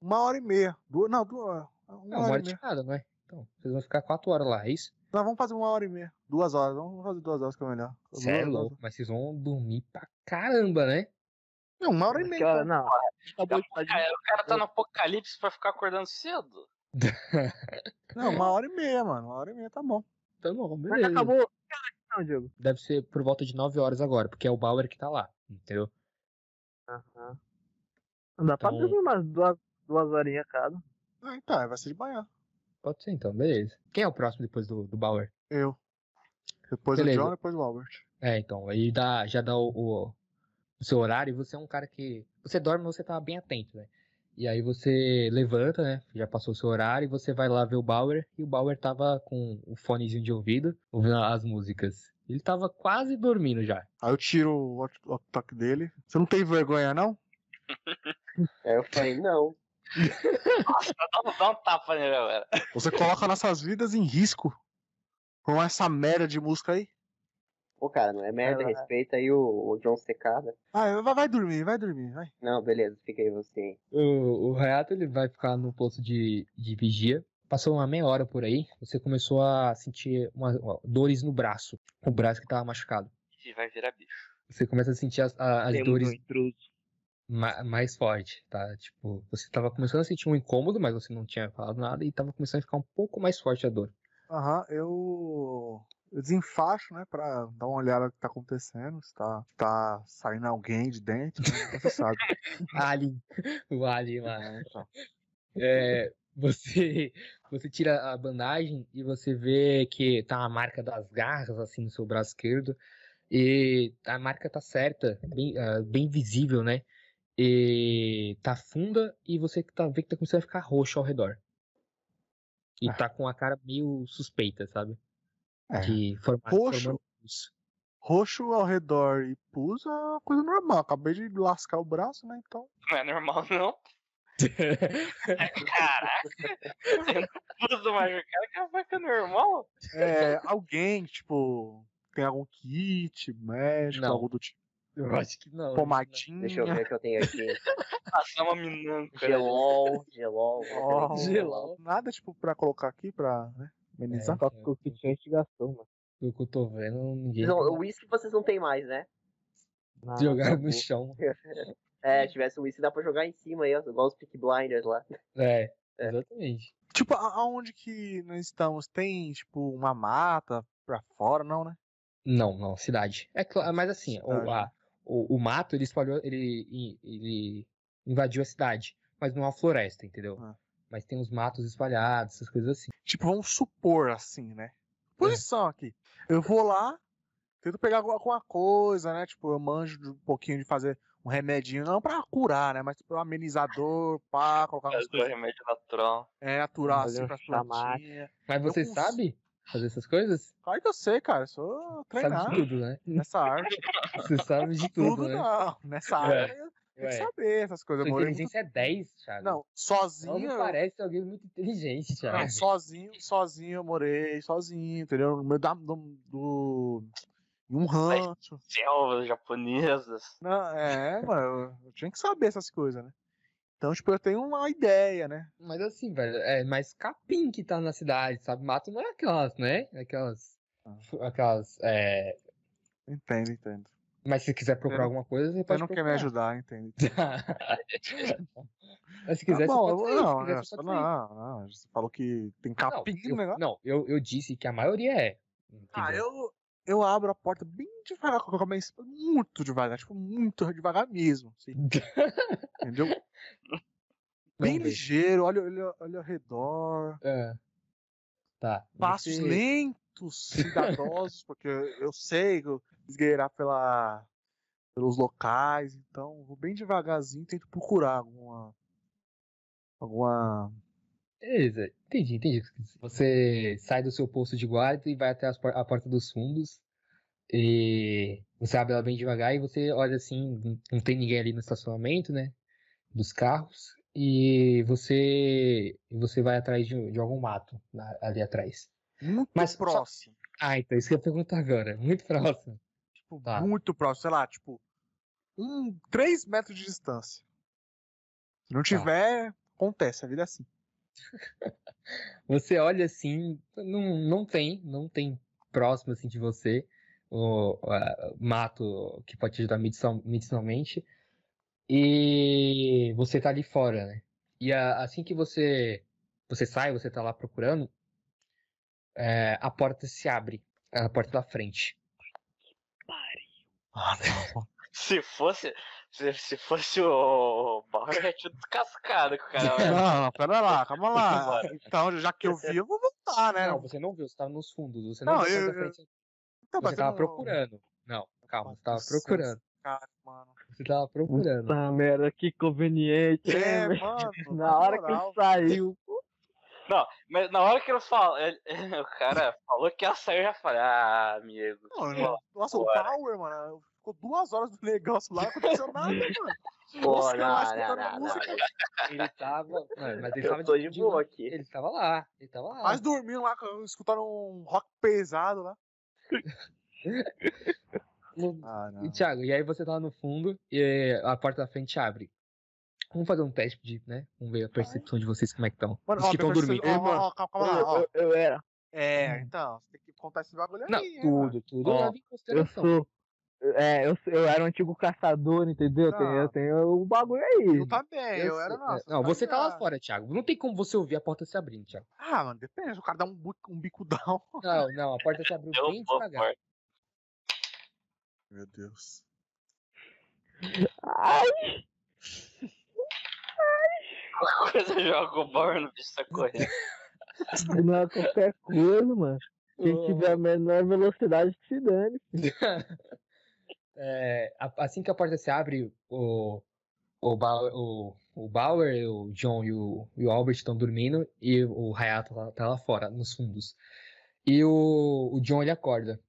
[SPEAKER 4] uma hora e meia. Duas, não, duas. Uma,
[SPEAKER 1] É
[SPEAKER 4] hora,
[SPEAKER 1] uma hora
[SPEAKER 4] e
[SPEAKER 1] de
[SPEAKER 4] meia.
[SPEAKER 1] cada, não é? Então, vocês vão ficar quatro horas lá, é isso?
[SPEAKER 4] Nós vamos fazer uma hora e meia. Duas horas. Vamos fazer duas horas que é melhor.
[SPEAKER 1] Cê é
[SPEAKER 4] Duas- duas-
[SPEAKER 1] louco, mas vocês vão dormir pra caramba, né?
[SPEAKER 4] Não, uma hora e meia.
[SPEAKER 6] Que hora?
[SPEAKER 4] então.
[SPEAKER 6] Não. Acabou de fazer.
[SPEAKER 3] Cara, o cara tá no apocalipse pra ficar acordando cedo.
[SPEAKER 4] Não, uma hora e meia, mano. Uma hora e meia tá bom.
[SPEAKER 1] Tá bom,
[SPEAKER 6] Mas
[SPEAKER 1] beleza.
[SPEAKER 6] acabou. Caraca, Não, Diogo.
[SPEAKER 1] Deve ser por volta de nove horas agora, porque é o Bauer que tá lá, entendeu?
[SPEAKER 6] Aham. Não dá pra
[SPEAKER 1] Então-
[SPEAKER 6] dormir umas duas, duas horinhas cada.
[SPEAKER 4] Ah, tá. Vai ser de manhã.
[SPEAKER 1] Pode ser então, beleza. Quem é o próximo depois do, do Bauer?
[SPEAKER 4] Eu. Depois
[SPEAKER 1] Beleza.
[SPEAKER 4] o John, depois o Albert.
[SPEAKER 1] É, então, aí dá, já dá o, o- o seu horário e você é um cara que. Você dorme, mas você tá bem atento, né? E aí você levanta, né? Já passou o seu horário e você vai lá ver o Bauer. E o Bauer tava com o fonezinho de ouvido, ouvindo as músicas. Ele tava quase dormindo já.
[SPEAKER 4] Aí eu tiro o hot- hot toque dele. Você não tem vergonha, não?
[SPEAKER 2] Aí eu falei, não.
[SPEAKER 3] Dá, um- dá um tapa nele agora.
[SPEAKER 4] Você coloca nossas vidas em risco. Com essa merda de música aí.
[SPEAKER 2] Pô, cara, não é merda,
[SPEAKER 6] Ela-
[SPEAKER 2] respeita aí o, o John Secada.
[SPEAKER 4] Ah, vai, vai dormir, vai dormir, vai.
[SPEAKER 2] né. Não, beleza, fica aí você. aí.
[SPEAKER 1] O, o Hayato ele vai ficar no posto de, de vigia. Passou uma meia hora por aí, você começou a sentir uma- ó, dores no braço, o braço que tava machucado.
[SPEAKER 3] Ih, vai virar bicho.
[SPEAKER 1] Você começa a sentir as, a- as
[SPEAKER 6] Temos
[SPEAKER 1] dores
[SPEAKER 6] um intruso.
[SPEAKER 1] ma- mais forte, tá? Tipo, você tava começando a sentir um incômodo, mas você não tinha falado nada e tava começando a ficar um pouco mais forte a dor.
[SPEAKER 4] Aham, eu... eu desenfaixo, né, pra dar uma olhada no que tá acontecendo, se tá, se tá saindo alguém de dentro, né, você
[SPEAKER 1] <laughs>
[SPEAKER 4] sabe.
[SPEAKER 1] Alien, <laughs> o Alien lá.
[SPEAKER 4] É, então.
[SPEAKER 1] É, você, você tira a bandagem e você vê que tá a marca das garras assim no seu braço esquerdo. E a marca tá certa, bem, ah, bem visível, né? E tá funda e você que tá, vê que tá começando a ficar roxo ao redor. E tá com a cara meio suspeita, sabe?
[SPEAKER 4] Ah. É.
[SPEAKER 1] De formar,
[SPEAKER 4] Roxo?
[SPEAKER 1] formando pus.
[SPEAKER 4] Roxo ao redor e pus é uma coisa normal, acabei de lascar o braço, né, então...
[SPEAKER 3] Não é normal,
[SPEAKER 4] <laughs>
[SPEAKER 3] não. Caraca. Tudo machucado, cara, vai ficar normal?
[SPEAKER 1] <laughs>
[SPEAKER 4] É, alguém, tipo, tem algum kit médico,
[SPEAKER 1] Não.
[SPEAKER 4] algo do tipo,
[SPEAKER 1] Eu acho que não.
[SPEAKER 4] né? <laughs> pomadinha...
[SPEAKER 2] Deixa eu ver o que eu tenho
[SPEAKER 4] <laughs>
[SPEAKER 2] aqui.
[SPEAKER 3] Passar Ah, uma minanca. né?
[SPEAKER 2] Gelol, gelol. assim,
[SPEAKER 4] Ó,
[SPEAKER 1] Gelol.
[SPEAKER 4] Nada, tipo, pra colocar aqui, pra, né, amenizar.
[SPEAKER 6] Só que o que tinha instigação, mano.
[SPEAKER 1] Pelo que eu tô vendo, ninguém
[SPEAKER 2] Vocês não-
[SPEAKER 1] <laughs>
[SPEAKER 2] O uísque vocês não tem mais, né?
[SPEAKER 6] Nada,
[SPEAKER 1] jogaram no
[SPEAKER 6] acabou.
[SPEAKER 1] chão.
[SPEAKER 4] <laughs>
[SPEAKER 2] É, se tivesse um uísque dá pra jogar em cima aí, ó, igual os Peak Blinders lá.
[SPEAKER 1] É,
[SPEAKER 2] É.
[SPEAKER 1] exatamente.
[SPEAKER 4] Tipo, a- aonde que nós estamos? Tem, tipo, uma mata pra fora, não, né?
[SPEAKER 1] Não, não, cidade. É claro, mas assim, o,
[SPEAKER 4] Cidade,
[SPEAKER 1] a- o, o mato ele espalhou, ele, ele invadiu a cidade, mas não a floresta, entendeu?
[SPEAKER 4] Ah.
[SPEAKER 1] Mas tem uns matos espalhados, essas coisas assim.
[SPEAKER 4] Tipo, vamos supor assim, né? Posição aqui. Eu vou lá, tento pegar alguma- alguma coisa, né? Tipo, eu manjo de um pouquinho de fazer um remedinho, não pra curar, né? Mas tipo, um amenizador, pá, colocar umas
[SPEAKER 3] Fazer um
[SPEAKER 4] coisas
[SPEAKER 3] remédio natural.
[SPEAKER 4] é, natural
[SPEAKER 6] Fazer
[SPEAKER 4] assim
[SPEAKER 6] um
[SPEAKER 4] pra
[SPEAKER 6] chamate.
[SPEAKER 4] plantinha.
[SPEAKER 1] Mas você
[SPEAKER 4] cons-
[SPEAKER 1] sabe fazer essas coisas?
[SPEAKER 4] Claro que eu sei, cara. Eu sou
[SPEAKER 1] Sabe de
[SPEAKER 4] treinado
[SPEAKER 1] tudo, né?
[SPEAKER 4] nessa arte.
[SPEAKER 1] <laughs> Você sabe de tudo,
[SPEAKER 4] <laughs> Tudo
[SPEAKER 1] né?
[SPEAKER 4] não. Nessa
[SPEAKER 1] É.
[SPEAKER 4] arte Tem que
[SPEAKER 1] Ué,
[SPEAKER 4] saber essas coisas.
[SPEAKER 1] sua
[SPEAKER 4] Eu
[SPEAKER 1] <laughs>
[SPEAKER 4] morei muito...
[SPEAKER 1] inteligência é 10, Thiago.
[SPEAKER 4] Não,
[SPEAKER 1] Não me
[SPEAKER 4] sozinho. eu-
[SPEAKER 1] parece né? alguém muito inteligente, Thiago.
[SPEAKER 4] Não, sozinho, sozinho eu morei, sozinho, entendeu? No meio da, do, do- em um rancho.
[SPEAKER 3] Selvas japonesas.
[SPEAKER 4] Não, é, mano, eu, eu tinha que saber essas coisas, né? Então, tipo, eu tenho uma ideia, né?
[SPEAKER 1] Mas assim, velho, é mais capim que tá na cidade, sabe? Mato não é aquelas, né? Aquelas. Aquelas. É...
[SPEAKER 4] Entendo, entendo.
[SPEAKER 1] Mas se quiser procurar
[SPEAKER 4] não-
[SPEAKER 1] alguma coisa, você
[SPEAKER 4] Você
[SPEAKER 1] pode.
[SPEAKER 4] não quer me ajudar, entendo.
[SPEAKER 1] ajudar. Mas se quiser,
[SPEAKER 4] tá bom,
[SPEAKER 1] você pode
[SPEAKER 4] eu-
[SPEAKER 1] sair.
[SPEAKER 4] não,
[SPEAKER 1] se quiser,
[SPEAKER 4] né,
[SPEAKER 1] você
[SPEAKER 4] só-
[SPEAKER 1] pode sair.
[SPEAKER 4] não, não, você falou que tem
[SPEAKER 1] Não,
[SPEAKER 4] capim
[SPEAKER 1] eu,
[SPEAKER 4] no negócio.
[SPEAKER 1] não eu, eu disse que a maioria é.
[SPEAKER 4] Ah,
[SPEAKER 1] entendeu?
[SPEAKER 4] eu, eu abro a porta bem devagar, com a minha espada muito devagar, tipo, muito devagar mesmo,
[SPEAKER 1] <laughs>
[SPEAKER 4] assim, entendeu? bem
[SPEAKER 1] Vamos ver.
[SPEAKER 4] ligeiro, olha, olha, olha ao redor, assim.
[SPEAKER 1] É. Tá.
[SPEAKER 4] passos
[SPEAKER 1] você-
[SPEAKER 4] lentos, cuidadosos, porque eu sei que eu esgueirar pela, pelos locais, então vou bem devagarzinho, tento procurar alguma alguma
[SPEAKER 1] Beleza, entendi, entendi. Você sai do seu posto de guarda e vai até as por- a porta dos fundos. E você abre ela bem devagar e você olha assim, não- não tem ninguém ali no estacionamento, né? Dos carros. E você e você vai atrás de, de algum mato na- ali atrás.
[SPEAKER 4] muito
[SPEAKER 1] Mas só-
[SPEAKER 4] próximo,
[SPEAKER 1] Ah, então isso que eu ia perguntar agora. Muito próximo.
[SPEAKER 4] tipo,
[SPEAKER 1] Tá.
[SPEAKER 4] muito próximo, sei lá, tipo, um, três metros de distância. Se
[SPEAKER 1] Tá.
[SPEAKER 4] não tiver, acontece, a vida é assim.
[SPEAKER 1] Você olha assim, não, não tem, não tem próximo assim de você o a- mato que pode te ajudar medicinal- medicinalmente. E você tá ali fora, né? E a- assim que você você sai, você tá lá procurando, é, a porta se abre, a porta da frente.
[SPEAKER 4] Ah, né?
[SPEAKER 3] Se fosse. Se, se fosse o Bauer, eu tinha descascado com o
[SPEAKER 1] <laughs>
[SPEAKER 3] cara.
[SPEAKER 4] Não, pera lá, calma lá. Então, já que eu vi, eu vou voltar, né?
[SPEAKER 1] Não, você não viu, você tava nos fundos, você não,
[SPEAKER 4] Não,
[SPEAKER 1] viu a
[SPEAKER 4] eu-
[SPEAKER 1] porta da frente.
[SPEAKER 4] Então, mas
[SPEAKER 1] Você
[SPEAKER 4] eu
[SPEAKER 1] tava
[SPEAKER 4] não-
[SPEAKER 1] procurando. Não, calma, você tava
[SPEAKER 4] Nossa,
[SPEAKER 1] procurando.
[SPEAKER 4] Cara, mano.
[SPEAKER 1] Você tava procurando.
[SPEAKER 6] Puta Ah, merda, que conveniente.
[SPEAKER 4] É, mano.
[SPEAKER 6] hein, velho? <laughs>
[SPEAKER 1] <laughs>
[SPEAKER 6] Na hora que
[SPEAKER 4] moral.
[SPEAKER 6] ele saiu.
[SPEAKER 3] Não, mas na hora que ele fala. ele- o cara falou que ia sair, eu já falei, ah, amigo.
[SPEAKER 4] Não, irmão, Nossa, o
[SPEAKER 3] Bora.
[SPEAKER 4] Power, mano, ficou duas horas do negócio lá, não
[SPEAKER 1] <laughs>
[SPEAKER 4] aconteceu nada, mano.
[SPEAKER 2] Pô,
[SPEAKER 4] Nossa, eu acho que
[SPEAKER 2] não, não,
[SPEAKER 4] tá na
[SPEAKER 2] não,
[SPEAKER 4] música.
[SPEAKER 2] não.
[SPEAKER 1] Ele tava. Mano, mas ele
[SPEAKER 2] Eu
[SPEAKER 1] tava
[SPEAKER 2] tô de boa aqui.
[SPEAKER 1] Ele tava lá, ele tava lá.
[SPEAKER 4] Mas dormindo lá, escutaram um rock pesado lá.
[SPEAKER 1] No-
[SPEAKER 4] Ah,
[SPEAKER 1] E, Thiago, e aí você tá lá no fundo e eh, a porta da frente abre. Vamos fazer um teste de, né? Vamos ver a percepção de vocês como é que estão.
[SPEAKER 4] Mano,
[SPEAKER 1] Os
[SPEAKER 4] ó,
[SPEAKER 1] que estão
[SPEAKER 4] apesar de
[SPEAKER 1] dormindo.
[SPEAKER 4] vocês- ó, ó, ó, calma, calma lá, ó.
[SPEAKER 6] Eu, eu- eu era.
[SPEAKER 4] É, então, você tem que contar esse bagulho aí.
[SPEAKER 1] Não,
[SPEAKER 4] hein, é mano.
[SPEAKER 1] tudo, tudo
[SPEAKER 6] Ó,
[SPEAKER 1] leva em
[SPEAKER 6] Eu
[SPEAKER 1] consideração.
[SPEAKER 6] sou. É, eu, sou- eu era um antigo caçador, entendeu? Eu tenho, eu
[SPEAKER 4] Tá.
[SPEAKER 6] tenho o bagulho aí.
[SPEAKER 4] Eu também, eu, era,
[SPEAKER 1] sei, é,
[SPEAKER 4] nossa.
[SPEAKER 1] Não, você tá lá
[SPEAKER 4] ligado.
[SPEAKER 1] fora, Thiago. Não tem como você ouvir a porta se abrindo, Thiago.
[SPEAKER 4] Ah, mano, depende, se o cara dá um, bu- um bicudão.
[SPEAKER 1] Não, não, a porta se abriu
[SPEAKER 3] Eu
[SPEAKER 1] bem
[SPEAKER 3] vou
[SPEAKER 1] devagar.
[SPEAKER 3] <laughs>
[SPEAKER 4] Meu Deus.
[SPEAKER 6] Ai,
[SPEAKER 3] Qualquer coisa joga o Bauer no bicho tá
[SPEAKER 1] <laughs>
[SPEAKER 3] correndo.
[SPEAKER 6] não é qualquer coisa, mano. Quem
[SPEAKER 1] Ô,
[SPEAKER 6] tiver a menor velocidade que se dane.
[SPEAKER 1] é, a- assim que a porta se abre, o, o, Bauer, o, o Bauer, o John e o, e o Albert estão dormindo e o Hayato tá, tá lá fora, nos fundos. E o, o John ele acorda.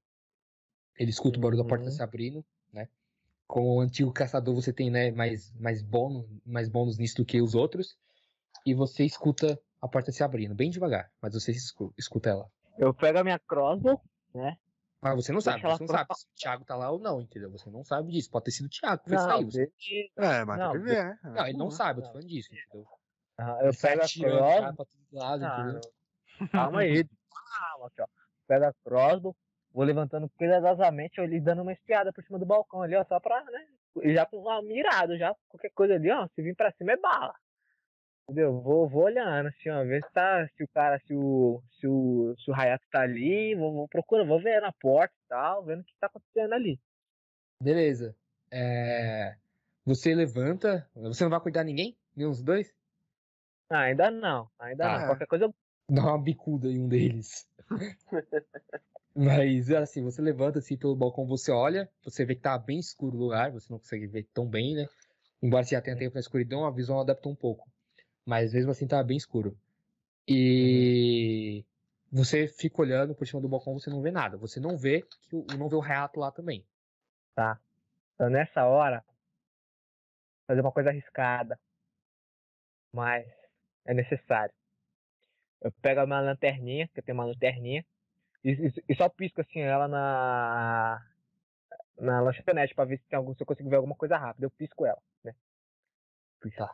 [SPEAKER 1] Ele escuta o barulho da porta
[SPEAKER 6] Uhum.
[SPEAKER 1] se abrindo, né? Como o antigo caçador, você tem né, mais, mais, bônus, mais bônus nisso do que os outros. E você escuta a porta se abrindo, bem devagar, mas você escu- escuta ela.
[SPEAKER 6] Eu pego a minha crossbow,
[SPEAKER 1] Mas você não
[SPEAKER 6] Deixa
[SPEAKER 1] sabe,
[SPEAKER 6] ela
[SPEAKER 1] você não
[SPEAKER 6] pra-
[SPEAKER 1] sabe se o Thiago tá lá ou não, entendeu? Você não sabe disso. Pode ter sido o Thiago que fez
[SPEAKER 6] Não,
[SPEAKER 1] sair. Você...
[SPEAKER 4] É, mas
[SPEAKER 6] Não,
[SPEAKER 4] tem que ver, né?
[SPEAKER 1] Não, ele não
[SPEAKER 4] Porra.
[SPEAKER 1] sabe, eu tô
[SPEAKER 6] Não.
[SPEAKER 1] falando disso, entendeu?
[SPEAKER 6] ah, eu
[SPEAKER 1] Ele sai
[SPEAKER 6] pego a
[SPEAKER 1] atirando já
[SPEAKER 6] crossbow.
[SPEAKER 1] pra todo lado,
[SPEAKER 6] Ah,
[SPEAKER 1] <laughs> entendeu?
[SPEAKER 6] Calma aí. Calma, aqui, ó. Pega a crossbow, vou levantando cuidadosamente, ó, ele dando uma espiada por cima do balcão ali, ó, só pra, né? E já com ó, mirado, já qualquer coisa ali, ó, se vir pra cima é bala. Entendeu? Vou, vou olhando, assim, ó, ver se tá, se o cara, se o, se o, se o Hayato tá ali, vou, vou procurando, vou ver na porta e tal, vendo o que tá acontecendo ali.
[SPEAKER 1] Beleza. É, Você levanta. Você não vai cuidar de ninguém? Nenhum dos dois?
[SPEAKER 6] Ah, ainda não, ainda
[SPEAKER 1] Tá.
[SPEAKER 6] não, qualquer coisa eu...
[SPEAKER 1] Dá uma bicuda em um deles. Mas assim, você levanta assim pelo balcão, você olha, você vê que tá bem escuro o lugar, você não consegue ver tão bem, né? Embora você já tenha tempo na escuridão, a visão adapta um pouco. Mas mesmo assim tá bem escuro. E você fica olhando por cima do balcão, você não vê nada. Você não vê que o não vê o reato lá também.
[SPEAKER 6] Então nessa hora, fazer uma coisa arriscada. Mas é necessário. Eu pego a minha lanterninha, que eu tenho uma lanterninha, e, e- e só pisco assim ela na. na lanchonete pra ver se, tem algum, se eu consigo ver alguma coisa rápida. Eu pisco ela, né? Pisco.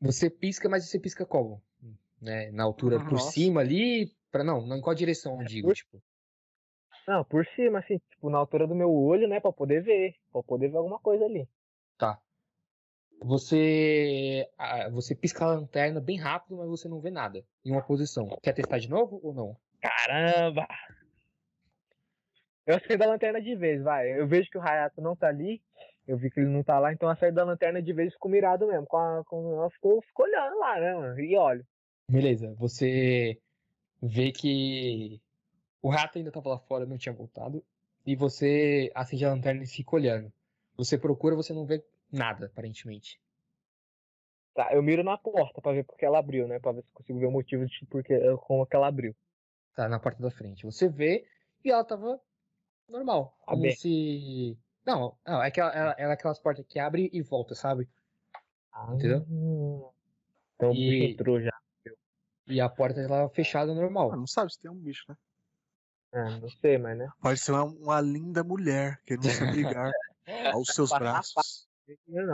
[SPEAKER 1] Você pisca, mas você pisca como? Né? Na altura por
[SPEAKER 4] Nossa.
[SPEAKER 1] cima ali? Pra, não, não, em qual direção eu digo?
[SPEAKER 6] por-
[SPEAKER 1] Tipo,
[SPEAKER 6] Não, por cima, assim, tipo, na altura do meu olho, né? Pra poder ver. Pra poder ver alguma coisa ali.
[SPEAKER 1] você, ah, você pisca a lanterna bem rápido, mas você não vê nada. Em uma posição. Quer testar de novo ou não?
[SPEAKER 6] Caramba! Eu saí da lanterna de vez, vai. Eu vejo que o Hayato não tá ali. Eu vi que ele não tá lá, então eu saí da lanterna de vez e fico mirado mesmo. Com a, com, ela ficou, ficou olhando lá, né, mano? E olho.
[SPEAKER 1] Beleza, você vê que o rato ainda estava lá fora, não tinha voltado, e você acende a lanterna e fica olhando. Você procura, você não vê nada, aparentemente.
[SPEAKER 6] Tá, eu miro na porta pra ver porque ela abriu, né? Pra ver se eu consigo ver o motivo de porque, eh, como que ela abriu.
[SPEAKER 1] Tá na porta da frente. Você vê e ela tava normal, como
[SPEAKER 6] Aberta.
[SPEAKER 1] se não, não, é que ela, ela- ela é aquelas portas que abre e volta, sabe? Entendeu?
[SPEAKER 6] Ah, Então o
[SPEAKER 1] E-
[SPEAKER 6] bicho entrou já.
[SPEAKER 1] E a porta ela é fechada
[SPEAKER 4] Ah,
[SPEAKER 1] normal.
[SPEAKER 4] não sabe se tem um bicho, né?
[SPEAKER 6] Ah, não sei, mas né?
[SPEAKER 4] Pode ser uma, uma linda mulher que não se <laughs> ligar aos seus braços.
[SPEAKER 6] Não,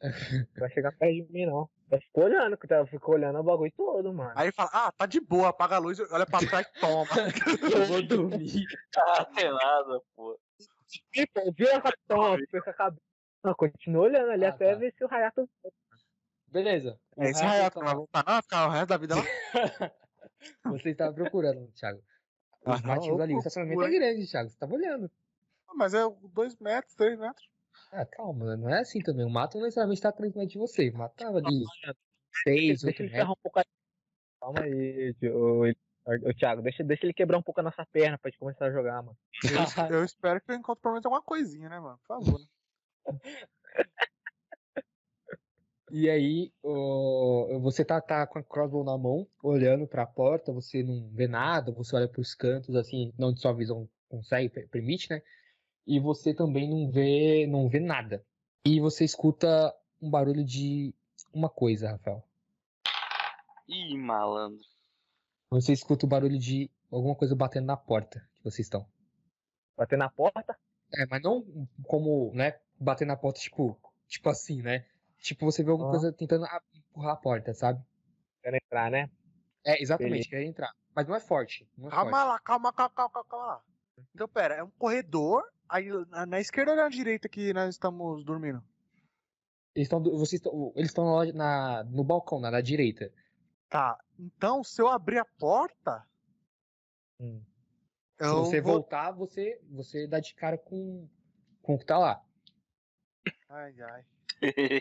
[SPEAKER 1] <laughs>
[SPEAKER 6] não. Vai chegar perto de mim, não. Ela ficou olhando, que ela ficou olhando o bagulho todo, mano.
[SPEAKER 4] Aí fala, ah, tá de boa, apaga a luz, olha pra trás e toma.
[SPEAKER 1] <laughs>
[SPEAKER 4] <laughs>
[SPEAKER 1] Eu vou dormir.
[SPEAKER 3] Ah, tem nada, pô.
[SPEAKER 6] Tipo, viu essa top, com a cabeça. Não, continua olhando ali
[SPEAKER 1] Ah,
[SPEAKER 6] até
[SPEAKER 1] tá.
[SPEAKER 6] ver se o Hayato.
[SPEAKER 1] Beleza.
[SPEAKER 4] É esse
[SPEAKER 1] O rato
[SPEAKER 4] Hayato não vai
[SPEAKER 1] tava-
[SPEAKER 4] voltar, não, vai ficar "Ah, o resto da vida lá.
[SPEAKER 1] Você estava procurando, Thiago.
[SPEAKER 4] Ah,
[SPEAKER 1] Os
[SPEAKER 4] não, eu
[SPEAKER 1] nativos ali. O estacionamento é
[SPEAKER 4] procurei.
[SPEAKER 1] grande, Thiago. Você tava olhando.
[SPEAKER 4] <laughs> Ah, Mas é 2 metros, 3 metros.
[SPEAKER 1] Ah, calma, não é assim também. O mato não necessariamente tá três metros de você. O mato tava ali
[SPEAKER 6] <laughs>
[SPEAKER 1] seis,
[SPEAKER 6] Deixa
[SPEAKER 1] oito
[SPEAKER 6] ele
[SPEAKER 1] metros.
[SPEAKER 6] ferrar um pouco a... Calma aí, ô, ô, ô, Thiago. Deixa, deixa ele quebrar um pouco a nossa perna pra gente começar a jogar, mano.
[SPEAKER 4] Eu espero que eu encontre pelo menos alguma coisinha, né, mano? Por favor, <laughs> né?
[SPEAKER 1] E aí, ô, você tá, tá com a crossbow na mão, olhando pra porta, você não vê nada, você olha pros cantos, assim, não de sua visão consegue, per- permite, né? E você também não vê, não vê nada. E você escuta um barulho de uma coisa, Rafael.
[SPEAKER 3] Ih, malandro. <laughs>
[SPEAKER 1] Você escuta o barulho de alguma coisa batendo na porta que vocês estão.
[SPEAKER 6] Bater na porta?
[SPEAKER 1] É, mas não como, né, bater na porta, tipo, tipo assim, né? Tipo, você vê alguma
[SPEAKER 6] Ah.
[SPEAKER 1] coisa tentando a- empurrar a porta, sabe?
[SPEAKER 6] Quero entrar, né?
[SPEAKER 1] É, exatamente,
[SPEAKER 6] Beleza. Tá
[SPEAKER 1] quer entrar. Mas não é forte. Não é
[SPEAKER 4] Calma
[SPEAKER 1] forte.
[SPEAKER 4] lá, calma, calma, calma, calma, calma lá. Então, pera, é um corredor, aí na, na esquerda ou na direita que nós estamos dormindo?
[SPEAKER 1] Eles estão, vocês estão, eles estão na, loja- na- no balcão, na, na direita.
[SPEAKER 4] Tá, então se eu abrir a porta,
[SPEAKER 6] Hum.
[SPEAKER 1] Se
[SPEAKER 6] Então,
[SPEAKER 4] eu
[SPEAKER 1] você
[SPEAKER 4] vou...
[SPEAKER 1] voltar, você, você dá de cara com, com o que tá lá.
[SPEAKER 4] Ai, ai.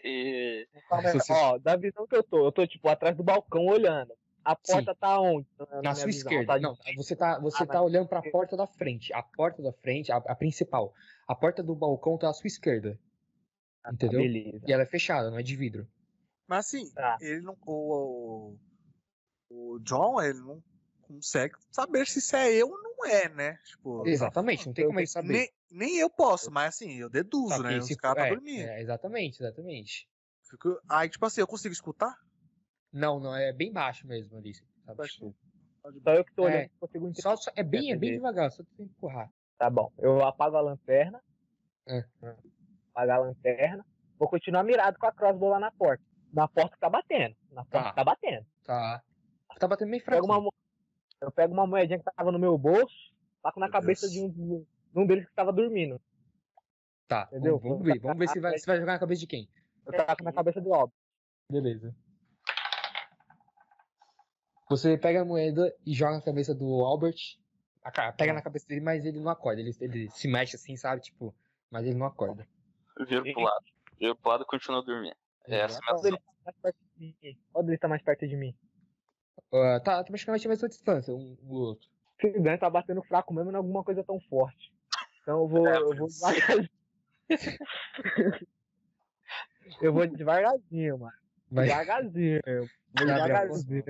[SPEAKER 1] Se você-
[SPEAKER 6] Ó, da visão que eu tô, eu tô tipo atrás do balcão olhando. A porta tá onde? Na,
[SPEAKER 1] na
[SPEAKER 6] minha
[SPEAKER 1] sua
[SPEAKER 6] visão,
[SPEAKER 1] esquerda.
[SPEAKER 6] tá de-
[SPEAKER 1] Não, você tá, você
[SPEAKER 6] Ah,
[SPEAKER 1] tá olhando pra porta da frente. A porta da frente, a, a principal. A porta do balcão tá à sua esquerda.
[SPEAKER 6] Ah, tá
[SPEAKER 1] Entendeu?
[SPEAKER 6] Beleza.
[SPEAKER 1] E ela é fechada, não é de vidro.
[SPEAKER 4] Mas assim,
[SPEAKER 6] Tá.
[SPEAKER 4] ele não... O, o, o John, ele não consegue saber se isso é eu ou não é, né? Tipo,
[SPEAKER 1] Exatamente, não tem como ele saber.
[SPEAKER 4] nem, nem eu posso, mas assim, eu deduzo,
[SPEAKER 1] Só que
[SPEAKER 4] né?
[SPEAKER 1] se
[SPEAKER 4] Os caras
[SPEAKER 1] é,
[SPEAKER 4] tá dormindo.
[SPEAKER 1] é, exatamente, exatamente.
[SPEAKER 4] Fico- Aí, tipo assim, eu consigo escutar?
[SPEAKER 1] Não, não, é bem baixo mesmo ali. sabe?
[SPEAKER 4] Tá Baixo.
[SPEAKER 1] Tipo,
[SPEAKER 6] Só eu que tô
[SPEAKER 1] É.
[SPEAKER 6] olhando, que consigo entrar.
[SPEAKER 1] só, só- é bem, é bem
[SPEAKER 6] entendi.
[SPEAKER 1] devagar, só tem que empurrar.
[SPEAKER 6] Tá bom, eu apago a lanterna.
[SPEAKER 1] É.
[SPEAKER 6] Apagar a lanterna. Vou continuar mirado com a crossbow lá na porta. Na porta que tá batendo. Na porta
[SPEAKER 1] Tá.
[SPEAKER 6] que tá batendo.
[SPEAKER 1] Tá. Tá batendo meio
[SPEAKER 6] Eu pego,
[SPEAKER 1] fraco.
[SPEAKER 6] uma, mo- eu pego uma moedinha que tava no meu bolso, taco na
[SPEAKER 4] Meu
[SPEAKER 6] cabeça
[SPEAKER 4] Deus.
[SPEAKER 6] de um, de um deles que tava dormindo.
[SPEAKER 1] Tá,
[SPEAKER 6] Entendeu?
[SPEAKER 1] vamos, vamos ver. Vamos ver se vai, se vai jogar na cabeça de quem.
[SPEAKER 6] Eu taco na cabeça do óbvio.
[SPEAKER 1] Beleza. Você pega a moeda e joga na cabeça do Albert. A ca- Pega na cabeça dele, mas ele não acorda. Ele, ele se mexe assim, sabe? Tipo, mas ele não acorda.
[SPEAKER 3] Viro pro lado. Viro pro lado e continuo dormindo. Essa é a
[SPEAKER 6] Qual
[SPEAKER 3] minha
[SPEAKER 6] deles tá mais perto de mim? Qual deles tá mais perto de mim?
[SPEAKER 1] Ah, tá, tá praticamente a mesma distância, um do outro.
[SPEAKER 6] Se o Dani tá batendo fraco mesmo em alguma coisa tão forte. Então eu vou. eu vou devagarzinho. eu vou devagarzinho, mano.
[SPEAKER 1] Mas-
[SPEAKER 6] Devagarzinho. eu Vou
[SPEAKER 1] Gabriel,
[SPEAKER 6] devagarzinho.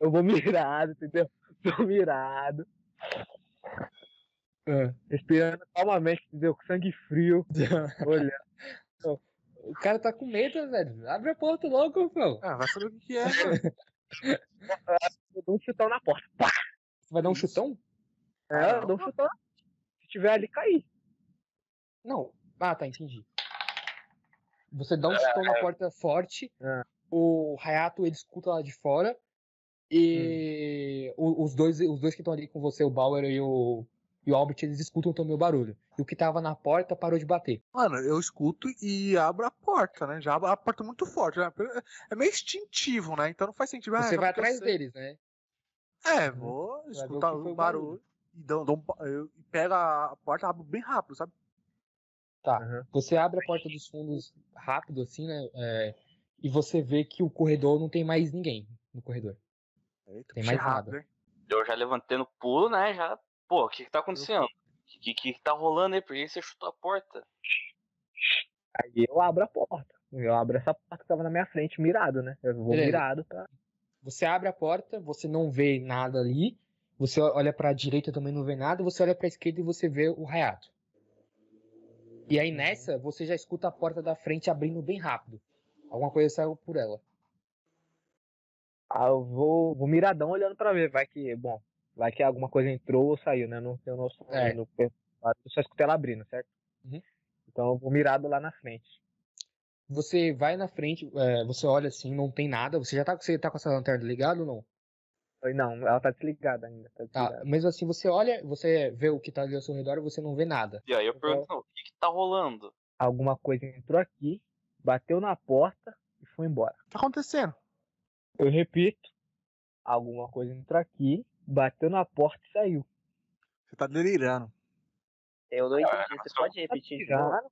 [SPEAKER 6] Eu vou mirado, entendeu? Tô mirado.
[SPEAKER 1] Ah.
[SPEAKER 6] Respirando calmamente, entendeu? Com sangue frio. Olhando.
[SPEAKER 1] O cara tá com medo, velho. Abre a porta logo, pô.
[SPEAKER 4] Ah, vai saber o que
[SPEAKER 1] <laughs>
[SPEAKER 4] que é, mano.
[SPEAKER 6] Eu dou um chutão na porta.
[SPEAKER 1] Você vai dar um chutão?
[SPEAKER 6] É, eu dou um chutão. Se tiver ali, cair.
[SPEAKER 1] Não. Ah, tá, entendi. Você dá um chutão na porta forte,
[SPEAKER 6] Ah.
[SPEAKER 1] o Hayato ele escuta lá de fora. E o- os, dois, os dois que estão ali com você, o Bauer e o, e o Albert, eles escutam também o barulho. E o que tava na porta parou de bater.
[SPEAKER 4] Mano, eu escuto e abro a porta, né? Já abro a porta muito forte. né? É meio instintivo, né? Então não faz sentido. ah,
[SPEAKER 1] você
[SPEAKER 4] já
[SPEAKER 1] vai
[SPEAKER 4] porque eu
[SPEAKER 1] atrás
[SPEAKER 4] sei.
[SPEAKER 1] deles, né?
[SPEAKER 4] É, vou
[SPEAKER 1] ver
[SPEAKER 4] escutar
[SPEAKER 1] o que foi
[SPEAKER 4] o
[SPEAKER 1] o
[SPEAKER 4] barulho.
[SPEAKER 1] barulho.
[SPEAKER 4] E dou, dou um pa- eu pego a porta, abro bem rápido, sabe?
[SPEAKER 1] Tá. Você abre a porta dos fundos rápido, assim, né? É, e você vê que o corredor não tem mais ninguém no corredor.
[SPEAKER 4] Eita,
[SPEAKER 1] Tem
[SPEAKER 4] puxei
[SPEAKER 1] mais nada.
[SPEAKER 4] hein?
[SPEAKER 3] Eu já levantei no pulo, né? Já. Pô, o que que tá acontecendo? O que, que que tá rolando aí? Por que você chutou a porta?
[SPEAKER 6] Aí eu abro a porta. Eu abro essa porta que tava na minha frente, mirado, né? Eu vou
[SPEAKER 1] Beleza.
[SPEAKER 6] mirado pra.
[SPEAKER 1] Você abre a porta, você não vê nada ali. Você olha pra direita também não vê nada. Você olha pra esquerda e você vê o Hayato. E aí nessa, você já escuta a porta da frente abrindo bem rápido. Alguma coisa saiu por ela.
[SPEAKER 6] Ah, eu vou, vou miradão olhando pra ver. Vai que, bom, vai que alguma coisa entrou ou saiu, né? Eu não tenho noção.
[SPEAKER 1] É.
[SPEAKER 6] Eu não- eu só escutei ela abrindo, certo?
[SPEAKER 1] Uhum.
[SPEAKER 6] Então eu vou mirado lá na frente.
[SPEAKER 1] Você vai na frente, é, você olha assim, não tem nada. Você já tá, você tá com essa lanterna ligada ou não?
[SPEAKER 6] Falei, Não, ela tá desligada ainda. Tá desligada.
[SPEAKER 1] Tá. Mesmo assim, você olha, você vê o que tá ali ao seu redor e você não vê nada.
[SPEAKER 3] E aí eu pergunto, não, o que, que tá rolando?
[SPEAKER 6] Alguma coisa entrou aqui, bateu na porta e foi embora.
[SPEAKER 4] Tá acontecendo.
[SPEAKER 6] Eu repito. Alguma coisa entrou aqui, bateu na porta e saiu.
[SPEAKER 4] Você tá delirando.
[SPEAKER 2] Eu
[SPEAKER 4] Ah,
[SPEAKER 2] não entendi.
[SPEAKER 3] mas
[SPEAKER 2] Você
[SPEAKER 3] só-
[SPEAKER 2] pode
[SPEAKER 6] Tá
[SPEAKER 2] repetir de novo?
[SPEAKER 6] tirando?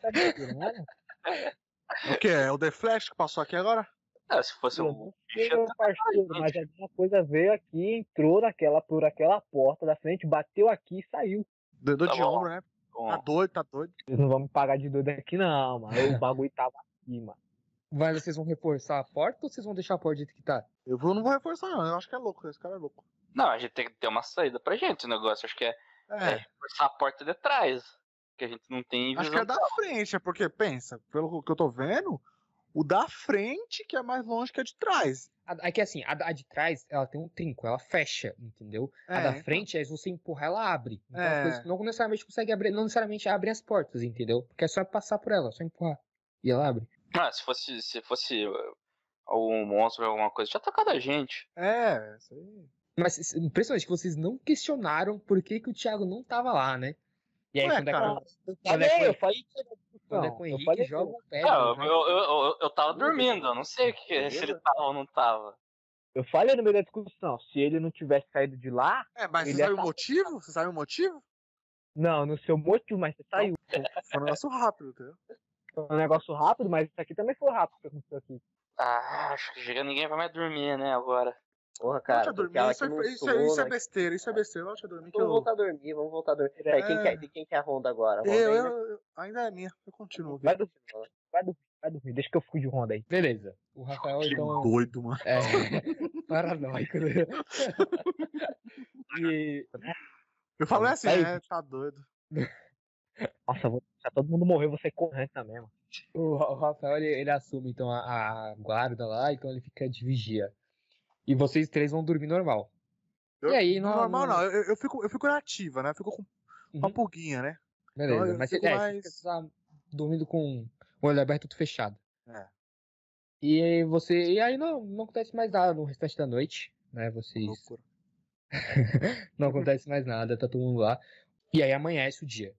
[SPEAKER 6] Tá tirando?
[SPEAKER 4] É O que? É o The Flash que passou aqui agora?
[SPEAKER 3] É, se fosse
[SPEAKER 1] Uhum.
[SPEAKER 6] Eu
[SPEAKER 3] um
[SPEAKER 6] não sei, meu parceiro,
[SPEAKER 3] gente.
[SPEAKER 6] mas alguma coisa veio aqui, entrou naquela, por aquela porta da frente, bateu aqui e saiu.
[SPEAKER 4] Doidor
[SPEAKER 3] Tá
[SPEAKER 4] de
[SPEAKER 3] bom.
[SPEAKER 4] ombro, né? Tá
[SPEAKER 3] um-
[SPEAKER 4] doido, tá doido.
[SPEAKER 6] Eles não vão me pagar de doido aqui, não, mano. O bagulho tava aqui, mano.
[SPEAKER 1] Mas vocês vão reforçar a porta ou vocês vão deixar a porta do jeito que tá?
[SPEAKER 4] Eu vou- não vou reforçar, não. Eu acho que é louco. Esse cara é louco.
[SPEAKER 3] Não, a gente tem que ter uma saída pra gente. O negócio, acho que é
[SPEAKER 4] É,
[SPEAKER 3] forçar a porta de trás. Que a gente não tem
[SPEAKER 4] acho que é
[SPEAKER 3] visão.
[SPEAKER 4] da frente, é porque, pensa, pelo que eu tô vendo, o da frente que é mais longe que a de trás.
[SPEAKER 1] A- É que assim, a, da- a de trás, ela tem um trinco, ela fecha, entendeu?
[SPEAKER 4] É,
[SPEAKER 1] a da frente, aí se você empurrar, ela abre. Então as
[SPEAKER 4] É.
[SPEAKER 1] coisas não necessariamente consegue abrir, não necessariamente abre as portas, entendeu? Porque é só passar por ela, só empurrar. E ela abre.
[SPEAKER 3] Ah, se fosse, se fosse uh, algum monstro, alguma coisa, tinha atacado a gente.
[SPEAKER 4] É, isso aí.
[SPEAKER 1] Mas isso- impressionante que vocês não questionaram por que, que o Thiago não tava lá, né? E aí,
[SPEAKER 4] Ué,
[SPEAKER 1] quando,
[SPEAKER 4] cara, então,
[SPEAKER 1] é com, quando é com,
[SPEAKER 6] eu falei que era
[SPEAKER 1] quando é
[SPEAKER 6] discussão.
[SPEAKER 1] com o
[SPEAKER 6] Eu
[SPEAKER 1] Henrique,
[SPEAKER 6] falei que
[SPEAKER 1] joga um
[SPEAKER 4] É,
[SPEAKER 1] pé.
[SPEAKER 3] Ah, eu,
[SPEAKER 1] né?
[SPEAKER 3] eu, eu, eu- eu tava dormindo, eu não sei o que, se ele tava ou não tava.
[SPEAKER 6] eu falei no meio da discussão. Se ele não tivesse saído de lá,
[SPEAKER 4] É, mas
[SPEAKER 6] Ele
[SPEAKER 4] você
[SPEAKER 6] é
[SPEAKER 4] sabe o
[SPEAKER 6] tá-
[SPEAKER 4] motivo? Você sabe o motivo?
[SPEAKER 6] não, no seu motivo, mas você saiu.
[SPEAKER 4] Foi um negócio rápido, entendeu?
[SPEAKER 6] Foi um negócio rápido, mas isso aqui também foi rápido que aconteceu aqui.
[SPEAKER 3] Ah, acho que chega ninguém vai mais dormir, né, agora.
[SPEAKER 2] Porra,
[SPEAKER 4] Cara,
[SPEAKER 2] cara. porque
[SPEAKER 4] dormir,
[SPEAKER 2] ela
[SPEAKER 4] isso,
[SPEAKER 2] que não
[SPEAKER 4] é, isso, é,
[SPEAKER 2] estudou,
[SPEAKER 4] isso é
[SPEAKER 2] né?
[SPEAKER 4] besteira, isso é besteira. Deixa eu dormir que
[SPEAKER 2] Vamos
[SPEAKER 4] eu...
[SPEAKER 2] voltar a dormir, vamos voltar a dormir. Peraí, quem, que é, de quem que é a ronda agora? A Ronda
[SPEAKER 4] Eu,
[SPEAKER 2] ainda?
[SPEAKER 4] eu, eu- ainda é minha, eu continuo.
[SPEAKER 6] Vai dormir, vai dormir, vai dormir. Deixa que eu fico de ronda aí.
[SPEAKER 1] Beleza. O Rafael, então,
[SPEAKER 4] doido, mano.
[SPEAKER 1] é paranoico. né? e
[SPEAKER 4] Eu falo é assim,
[SPEAKER 6] Aí.
[SPEAKER 4] é, tá doido.
[SPEAKER 6] Nossa, eu vou deixar todo mundo morrer, você correndo também, mano.
[SPEAKER 1] O Ra- o Rafael, ele, ele assume, então, a, a guarda lá, então ele fica de vigia. E vocês três vão dormir normal.
[SPEAKER 4] Eu-
[SPEAKER 1] e aí, não,
[SPEAKER 4] Normal não, eu, eu, fico, eu fico nativa, né? Eu fico com uma
[SPEAKER 1] Uhum.
[SPEAKER 4] pulguinha, né?
[SPEAKER 1] Beleza,
[SPEAKER 4] eu
[SPEAKER 1] mas você,
[SPEAKER 4] fico
[SPEAKER 1] é, você
[SPEAKER 4] mais-
[SPEAKER 1] fica só dormindo com o olho aberto e tudo fechado.
[SPEAKER 4] É.
[SPEAKER 1] E aí você. E aí não, não acontece mais nada no restante da noite, né? Vocês.
[SPEAKER 4] Loucura.
[SPEAKER 1] Não acontece mais nada, tá todo mundo lá. E aí amanhece o dia.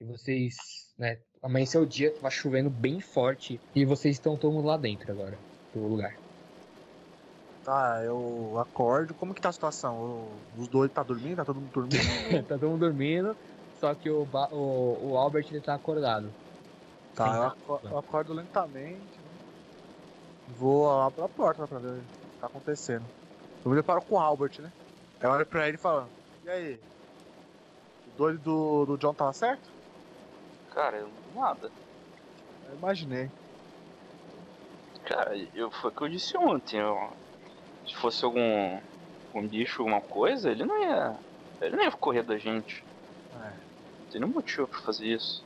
[SPEAKER 1] E vocês, né? Amanheceu o dia, tava chovendo bem forte. E vocês estão todo mundo lá dentro agora, do lugar.
[SPEAKER 4] Tá, eu acordo. Como que tá a situação? O- Os dois tá dormindo? Tá todo mundo dormindo?
[SPEAKER 1] <laughs> tá todo mundo dormindo, só que o, Ba- o, o Albert ele tá acordado.
[SPEAKER 4] tá,
[SPEAKER 1] Sim,
[SPEAKER 4] eu,
[SPEAKER 1] tá.
[SPEAKER 4] aco- eu acordo lentamente. né? Vou lá pra porta pra ver o que tá acontecendo. Eu me deparo com o Albert, né? Aí eu olho pra ele e falo: E aí? O doido do, do John tava certo?
[SPEAKER 3] Cara, eu não vi nada.
[SPEAKER 4] Eu imaginei.
[SPEAKER 3] Cara, eu, foi o que eu disse ontem. eu- se fosse algum, algum bicho, alguma coisa, ele não ia. Ele não ia correr da gente.
[SPEAKER 4] É.
[SPEAKER 3] Não tem nenhum motivo pra fazer isso.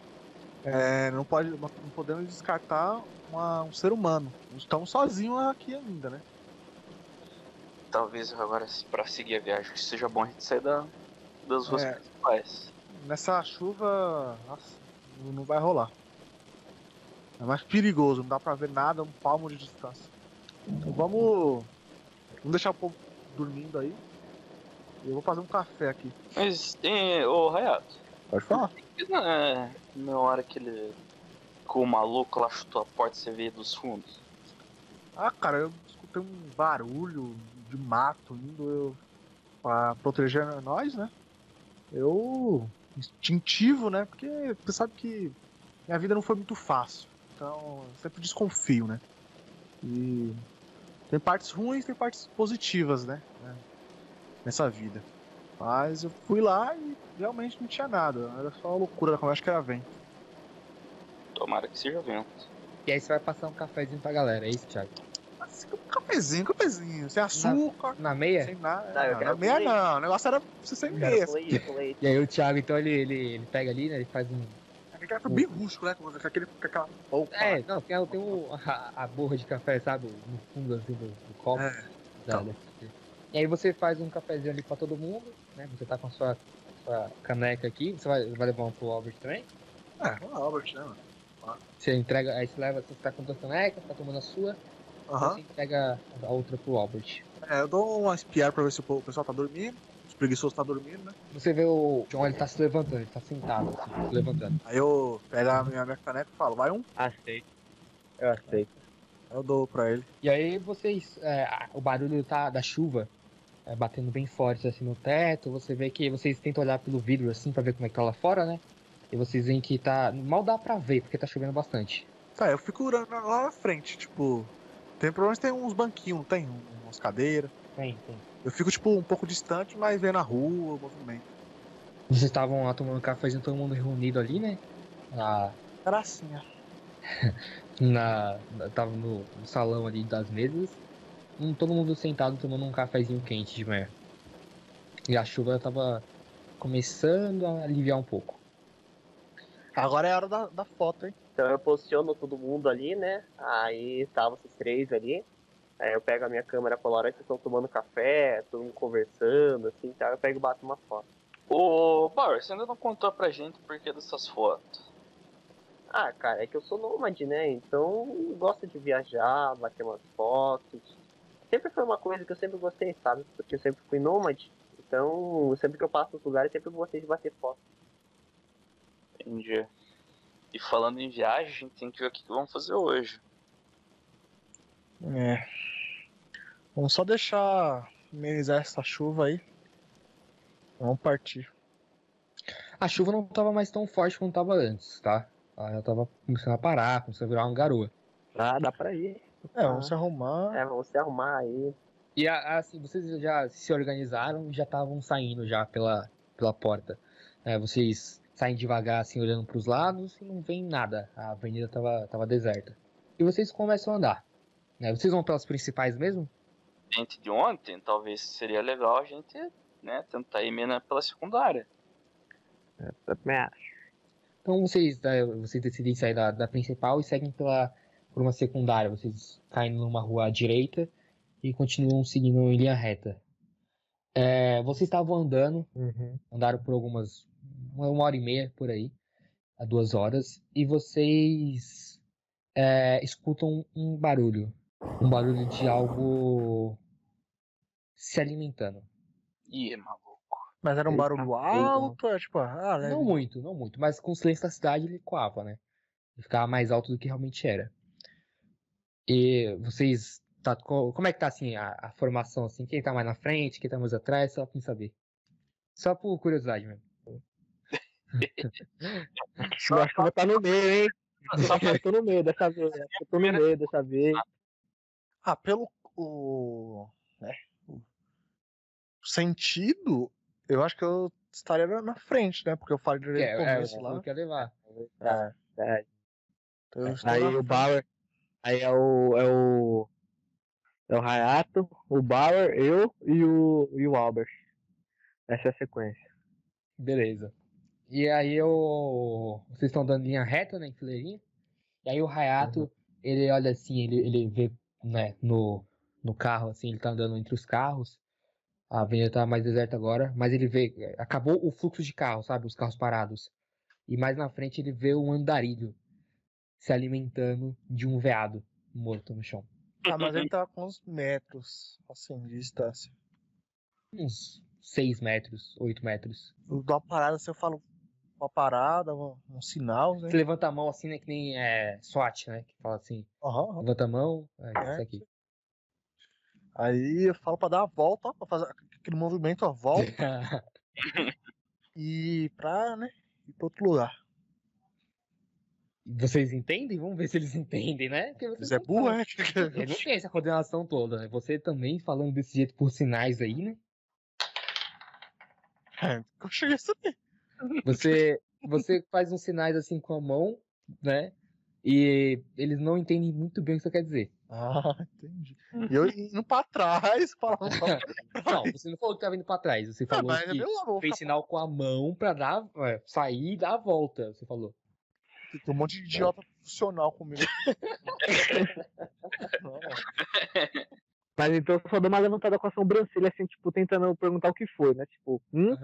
[SPEAKER 4] É, não, pode, não podemos descartar uma- um ser humano. Estamos sozinhos aqui ainda, né?
[SPEAKER 3] Talvez agora, se- pra seguir a viagem, seja bom a gente sair da, das ruas
[SPEAKER 4] É.
[SPEAKER 3] principais.
[SPEAKER 4] Nessa chuva, nossa, não vai rolar. É mais perigoso, não dá pra ver nada, um palmo de distância. Então vamos, vamos deixar o povo dormindo aí. Eu vou fazer um café aqui.
[SPEAKER 3] Mas, hein, ô Rayato,
[SPEAKER 4] Pode falar?
[SPEAKER 3] e na, na hora que ele. Com o maluco lá chutou a porta, você vê dos fundos.
[SPEAKER 4] Ah, cara, eu escutei um barulho de mato indo eu, pra proteger nós, né? Eu. instintivo, né? Porque você sabe que minha vida não foi muito fácil. Então, eu sempre desconfio, né? E. Tem partes ruins, tem partes positivas, né? né, Nessa vida. Mas eu fui lá e realmente não tinha nada. Era só loucura da conversa que era vem.
[SPEAKER 3] Tomara que seja vento.
[SPEAKER 1] E aí você vai passar um cafezinho pra galera, é isso, Thiago?
[SPEAKER 4] Mas um cafezinho, um cafezinho. Sem açúcar,
[SPEAKER 1] Na meia?
[SPEAKER 4] sem nada.
[SPEAKER 2] Não, eu
[SPEAKER 4] não,
[SPEAKER 2] quero
[SPEAKER 4] na meia
[SPEAKER 2] com leite.
[SPEAKER 4] não. O negócio era pra você sem
[SPEAKER 1] Cara,
[SPEAKER 4] meia.
[SPEAKER 2] Leite, leite.
[SPEAKER 1] E aí o Thiago, então, ele, ele, ele pega ali, né? Ele faz um.
[SPEAKER 4] Aquele café bem rústico, né? Com aquele, com aquela polpa.
[SPEAKER 1] É, não, tem, tem um, a, a borra de café, sabe? No fundo assim do, do copo.
[SPEAKER 4] É,
[SPEAKER 6] então.
[SPEAKER 1] Da- da- E aí você faz um cafezinho ali pra todo mundo, né? Você tá com a sua, sua caneca aqui, você vai, vai levar um pro Albert também.
[SPEAKER 4] É, não é Albert, né, mano?
[SPEAKER 1] Você entrega, aí você leva, você tá com duas canecas, tá tomando a sua,
[SPEAKER 4] Aham.
[SPEAKER 1] você entrega a outra pro Albert.
[SPEAKER 4] É, eu dou uma espiada pra ver se o po- o pessoal tá dormindo. Os preguiçosos tá dormindo, né?
[SPEAKER 1] Você vê o John, ele tá se levantando, ele tá sentado, assim, se levantando.
[SPEAKER 4] Aí eu pego a minha, minha caneca e falo, vai um.
[SPEAKER 6] Aceito. Eu aceito.
[SPEAKER 4] Aí eu dou pra ele.
[SPEAKER 1] E aí vocês, é, a- o barulho tá, da chuva é, batendo bem forte assim no teto, você vê que vocês tentam olhar pelo vidro assim pra ver como é que tá lá fora, né? E vocês veem que tá, mal dá pra ver, porque tá chovendo bastante.
[SPEAKER 4] Tá, eu fico olhando lá na frente, tipo. Tem pelo menos tem uns banquinhos, não tem? Um- Umas cadeiras.
[SPEAKER 1] Tem, tem.
[SPEAKER 4] Eu fico, tipo, um pouco distante, mas vendo a rua, o movimento.
[SPEAKER 1] Vocês estavam lá tomando cafezinho, todo mundo reunido ali, né? Na,
[SPEAKER 4] Gracinha.
[SPEAKER 1] na, na- tava no, no salão ali das mesas. Hum, Todo mundo sentado tomando um cafezinho quente de manhã. E a chuva tava começando a aliviar um pouco.
[SPEAKER 4] Agora é a hora da, da foto, hein?
[SPEAKER 2] Então eu posiciono todo mundo ali, né? Aí tá vocês três ali. Aí eu pego a minha câmera Polaroid, vocês estão tomando café, todo mundo conversando, assim, tá? Eu pego e bato uma foto.
[SPEAKER 3] Ô, Bauer, você ainda não contou pra gente o porquê dessas fotos.
[SPEAKER 2] Ah, cara, é que eu sou nômade, né? Então eu gosto de viajar, bater umas fotos. Sempre foi uma coisa que eu sempre gostei, sabe? Porque eu sempre fui nômade. Então, sempre que eu passo nos lugares, eu sempre gostei de bater foto.
[SPEAKER 3] Entendi. E falando em viagem, a gente tem que ver o que que vamos fazer hoje.
[SPEAKER 4] É. Vamos só deixar amenizar essa chuva aí. Vamos partir.
[SPEAKER 1] A chuva não tava mais tão forte quanto tava antes, tá? Ela já tava começando a parar, começando a virar uma garoa.
[SPEAKER 6] Ah, dá pra ir.
[SPEAKER 4] É, vamos se arrumar.
[SPEAKER 2] É, vamos se arrumar aí.
[SPEAKER 1] E a- a- assim, vocês já se organizaram e já estavam saindo já pela, pela porta. É, vocês saem devagar, assim, olhando para os lados e não vem nada. A avenida tava, tava deserta. E vocês começam a andar. né? Vocês vão pelas principais mesmo?
[SPEAKER 3] Gente de ontem, talvez seria legal a gente né, tentar ir menos pela secundária.
[SPEAKER 6] Eu também acho.
[SPEAKER 1] Então vocês, né, vocês decidem sair da, da principal e seguem pela, por uma secundária. Vocês caem numa rua à direita e continuam seguindo em linha reta. É, vocês estavam andando Andaram por algumas. Uma uma hora e meia por aí, a duas horas, e vocês é, escutam um barulho. Um barulho de algo se alimentando.
[SPEAKER 3] Ih, maluco.
[SPEAKER 4] Mas era um
[SPEAKER 6] Eita, tá
[SPEAKER 4] barulho
[SPEAKER 6] porra.
[SPEAKER 4] alto, é tipo, ah, leve.
[SPEAKER 1] Não muito, não muito, mas com o silêncio da cidade ele coava, né? Ele ficava mais alto do que realmente era. E vocês. Tá, co- como é que tá assim a, a formação? assim Quem tá mais na frente, quem tá mais atrás, só pra saber. Só por curiosidade mesmo.
[SPEAKER 6] Eu acho que eu vou estar no meio, hein? Eu
[SPEAKER 3] Só
[SPEAKER 6] acho que eu tô no meio dessa vez. Acho que Eu tô no meio dessa vez.
[SPEAKER 4] Ah, pelo o, né, o sentido, eu acho que eu estaria na na frente, né? Porque eu falei
[SPEAKER 1] Que
[SPEAKER 4] direito
[SPEAKER 1] é,
[SPEAKER 4] no
[SPEAKER 1] é,
[SPEAKER 4] começo
[SPEAKER 1] o
[SPEAKER 4] lá.
[SPEAKER 1] que quer levar.
[SPEAKER 4] É.
[SPEAKER 6] verdade.
[SPEAKER 4] Então
[SPEAKER 1] é,
[SPEAKER 4] eu estou
[SPEAKER 6] Aí
[SPEAKER 4] na
[SPEAKER 6] o
[SPEAKER 4] frente.
[SPEAKER 6] Bauer. Aí é o. É o. É o Hayato, o Bauer, eu e o, e o Albert. Essa é a sequência.
[SPEAKER 1] Beleza. E aí eu. Vocês estão dando linha reta, né? Em fileirinha. E aí o Hayato, ele olha assim, ele, ele vê, né, no, no carro, assim, ele tá andando entre os carros. A avenida tá mais deserta agora, mas ele vê. Acabou o fluxo de carros, sabe? Os carros parados. E mais na frente ele vê um andarilho se alimentando de um veado morto no chão.
[SPEAKER 4] Ah, mas ele tá com uns metros, assim, de distância.
[SPEAKER 1] Uns 6 metros, 8 metros.
[SPEAKER 4] Eu dou uma parada, assim, eu falo uma parada, um, um sinal, né?
[SPEAKER 1] Você levanta a mão assim, né? Que nem é, SWAT, né? Que fala assim,
[SPEAKER 4] Aham, aham.
[SPEAKER 1] levanta a mão, é, isso aqui.
[SPEAKER 4] Aí eu falo pra dar a volta, ó, pra fazer aquele movimento, ó, volta e pra, né, ir pra outro lugar.
[SPEAKER 1] <laughs> Vocês entendem? Vamos ver se eles entendem, né? Porque vocês
[SPEAKER 7] Isso é
[SPEAKER 1] não falam.
[SPEAKER 7] burro, é?
[SPEAKER 4] <laughs>
[SPEAKER 1] Ele não tem essa coordenação toda, né? Você também falando desse jeito por sinais aí, né?
[SPEAKER 4] é,
[SPEAKER 7] Eu cheguei a saber.
[SPEAKER 1] Você, você faz uns sinais assim com a mão, né? E eles não entendem muito bem o que você quer dizer.
[SPEAKER 4] Ah, entendi. E eu indo pra trás, <laughs> falando tá, pra
[SPEAKER 7] <laughs>
[SPEAKER 1] Não, você não falou que tava indo pra trás, você
[SPEAKER 7] Ah,
[SPEAKER 1] falou
[SPEAKER 7] mas é
[SPEAKER 1] que
[SPEAKER 7] meu amor.
[SPEAKER 1] fez sinal com a mão pra dar, é, sair e dar a volta, você falou.
[SPEAKER 4] Tem um monte de idiota funcional <laughs> comigo.
[SPEAKER 6] Mas então eu só dou uma levantada com a sobrancelha, assim, tipo, tentando perguntar o que foi, né? Tipo, hum?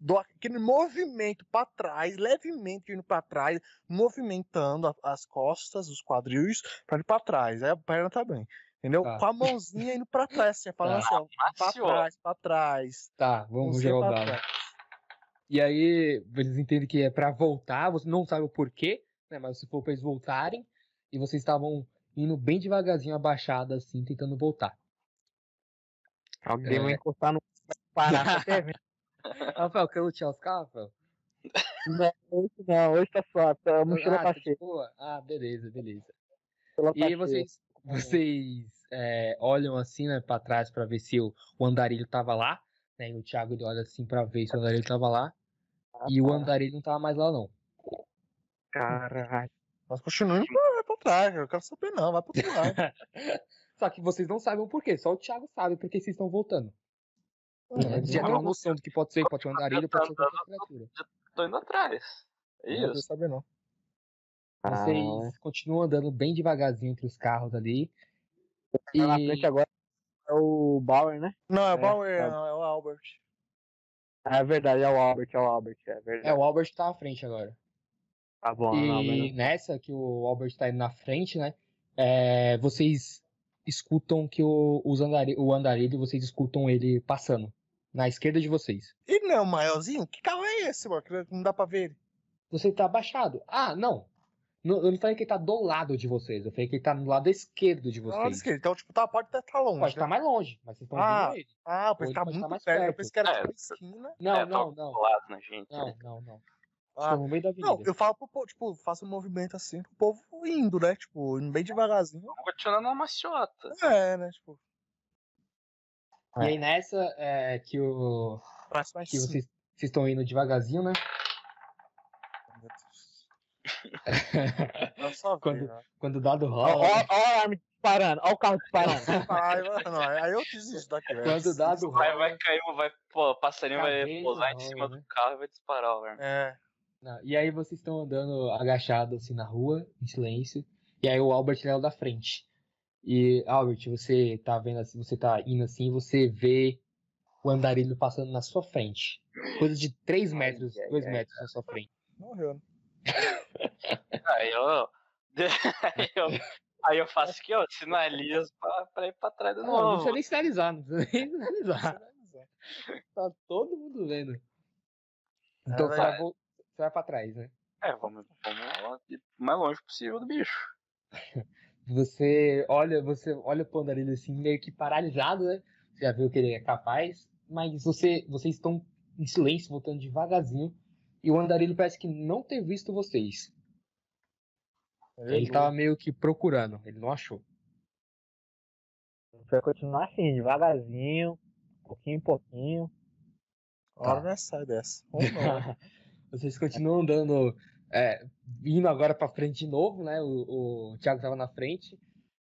[SPEAKER 4] Dou aquele movimento pra trás, levemente indo pra trás, movimentando a- as costas, os quadris, pra ir pra trás. Aí a perna tá bem. Entendeu?
[SPEAKER 1] Tá.
[SPEAKER 4] Com a mãozinha indo pra trás,
[SPEAKER 1] <laughs>
[SPEAKER 4] assim, falando assim, ó, pra
[SPEAKER 3] Márcio, ó,
[SPEAKER 4] trás, pra trás.
[SPEAKER 1] Tá, vamos
[SPEAKER 4] mãozinha
[SPEAKER 1] jogar o
[SPEAKER 4] pra
[SPEAKER 1] dado.
[SPEAKER 4] trás.
[SPEAKER 1] E aí eles entendem que é pra voltar, você não sabe o porquê, né? Mas se for pra eles voltarem, e vocês estavam indo bem devagarzinho, abaixada assim, tentando voltar.
[SPEAKER 6] Alguém
[SPEAKER 1] É.
[SPEAKER 6] vai encostar no. vai <laughs> Parar até ver.
[SPEAKER 1] <laughs> Rafael, quer lutear os carros, Rafael?
[SPEAKER 6] Não, hoje não, hoje tá suave. tá- A mochila
[SPEAKER 1] ah,
[SPEAKER 6] tá
[SPEAKER 1] tá de
[SPEAKER 6] cheia.
[SPEAKER 1] boa? Ah, beleza, beleza.
[SPEAKER 6] mochila
[SPEAKER 1] E
[SPEAKER 6] tá
[SPEAKER 1] aí
[SPEAKER 6] cheia. <laughs>
[SPEAKER 1] vocês, vocês é, olham assim, né, pra trás pra ver se o, o andarilho tava lá, né, e o Thiago ele olha assim pra ver se o andarilho tava lá,
[SPEAKER 6] Ah,
[SPEAKER 1] e
[SPEAKER 6] tá.
[SPEAKER 1] o andarilho não tava mais lá não.
[SPEAKER 6] Caralho.
[SPEAKER 4] Mas continua indo pra, pra trás, eu quero saber não, vai pra outro
[SPEAKER 1] <laughs>
[SPEAKER 4] lado.
[SPEAKER 1] É, Só que vocês não sabem o porquê, só o Thiago sabe porque vocês estão voltando.
[SPEAKER 4] Uhum.
[SPEAKER 1] Eles É, já tem uma noção do que pode ser, pode ser um andarilho, pode ser qualquer criatura.
[SPEAKER 3] tô indo atrás. É
[SPEAKER 4] Não quero
[SPEAKER 3] Isso.
[SPEAKER 4] saber não.
[SPEAKER 1] Vocês continuam andando bem devagarzinho entre os carros ali. E
[SPEAKER 6] Tá Lá na frente agora é o Bauer, né?
[SPEAKER 4] Não, é,
[SPEAKER 6] É,
[SPEAKER 4] o Bauer,
[SPEAKER 6] tá.
[SPEAKER 4] não, é o Albert.
[SPEAKER 6] Ah, É verdade, é o Albert, é o Albert, é verdade.
[SPEAKER 1] é, o Albert tá à frente agora.
[SPEAKER 6] Tá bom, não, mas não.
[SPEAKER 1] E nessa que o Albert tá indo na frente, né? é, vocês escutam que o, os andari- o andarilho, vocês escutam ele passando. Na esquerda de vocês.
[SPEAKER 4] E não é o maiorzinho? Que carro é esse, mano? Que Não dá pra ver ele.
[SPEAKER 1] Você tá abaixado. Ah, não. Não- Eu não falei que ele tá do lado de vocês. Eu falei que ele tá no lado esquerdo de
[SPEAKER 4] Não,
[SPEAKER 1] vocês.
[SPEAKER 4] esquerda. Então, tipo, tá, pode até estar longe.
[SPEAKER 1] Pode
[SPEAKER 4] né?
[SPEAKER 1] estar mais longe, mas vocês estão
[SPEAKER 4] Ah.
[SPEAKER 1] vendo ele.
[SPEAKER 4] Ah, eu pensei
[SPEAKER 1] Ou
[SPEAKER 4] que tá
[SPEAKER 1] ele pode
[SPEAKER 4] muito
[SPEAKER 1] tá mais
[SPEAKER 4] perto. Eu
[SPEAKER 1] perto.
[SPEAKER 4] pensei que era
[SPEAKER 3] É,
[SPEAKER 4] tipo
[SPEAKER 3] você-
[SPEAKER 4] esquina.
[SPEAKER 1] Não,
[SPEAKER 3] é,
[SPEAKER 1] não,
[SPEAKER 3] tava
[SPEAKER 1] não.
[SPEAKER 3] colado na gente.
[SPEAKER 1] Não, não, não.
[SPEAKER 4] Ah.
[SPEAKER 1] Estão no meio da
[SPEAKER 4] Não,
[SPEAKER 1] avenida.
[SPEAKER 4] eu falo pro povo, tipo, faço um movimento assim pro povo indo, né? Tipo, indo bem devagarzinho.
[SPEAKER 3] Vamos continuar na maciota.
[SPEAKER 1] Ah,
[SPEAKER 4] É, né? Tipo,
[SPEAKER 1] E aí nessa é, que, o,
[SPEAKER 4] parece mais
[SPEAKER 1] que
[SPEAKER 4] sim.
[SPEAKER 1] vocês vocês estão indo devagarzinho, né?
[SPEAKER 4] Eu só vi,
[SPEAKER 1] <laughs> Quando-
[SPEAKER 4] né?
[SPEAKER 1] Quando o dado
[SPEAKER 6] Ó,
[SPEAKER 1] rola.
[SPEAKER 6] ó, ó o alarme disparando, ó o carro disparando.
[SPEAKER 4] Ai, mano, aí eu desisto daqui, velho.
[SPEAKER 1] Quando o dado
[SPEAKER 3] Vai,
[SPEAKER 1] rola.
[SPEAKER 3] vai cair, um- vai, pô, o passarinho vai
[SPEAKER 1] Cabeça
[SPEAKER 3] pousar em
[SPEAKER 1] rola,
[SPEAKER 3] cima
[SPEAKER 1] né?
[SPEAKER 3] do carro e vai disparar o arma.
[SPEAKER 4] É.
[SPEAKER 1] Não, E aí vocês estão andando agachados assim na rua, em silêncio. E aí o Albert ele é o da frente. E Albert, você tá vendo assim, você tá indo assim, você vê o andarilho passando na sua frente. Coisa de 3 metros,
[SPEAKER 2] ai,
[SPEAKER 1] 2
[SPEAKER 2] ai.
[SPEAKER 1] metros na sua frente.
[SPEAKER 4] Morreu, né?
[SPEAKER 3] Aí eu. <laughs> aí eu, aí eu faço o que? Eu sinalizo pra, pra ir pra trás do
[SPEAKER 1] Não, não
[SPEAKER 3] novo.
[SPEAKER 1] precisa nem sinalizar, não precisa <laughs> nem sinalizar. Tá todo mundo vendo. Então
[SPEAKER 4] Ah,
[SPEAKER 1] você
[SPEAKER 4] vai.
[SPEAKER 1] vai, vol- você vai pra trás, né?
[SPEAKER 3] É, vamos, vamos lá, ir o mais longe possível do bicho.
[SPEAKER 1] Você olha, você olha pro andarilho assim, meio que paralisado, né? Você já viu que ele é capaz, mas você, vocês estão em silêncio, voltando devagarzinho, e o andarilho parece que não ter visto vocês. Ele tava meio que procurando, ele não achou.
[SPEAKER 6] <laughs> Você vai continuar assim, devagarzinho, um pouquinho em pouquinho.
[SPEAKER 4] A
[SPEAKER 1] Tá.
[SPEAKER 4] hora não é sai dessa. Ou não.
[SPEAKER 1] <laughs> vocês continuam andando, é, indo agora pra frente de novo, né? O, o Thiago tava na frente,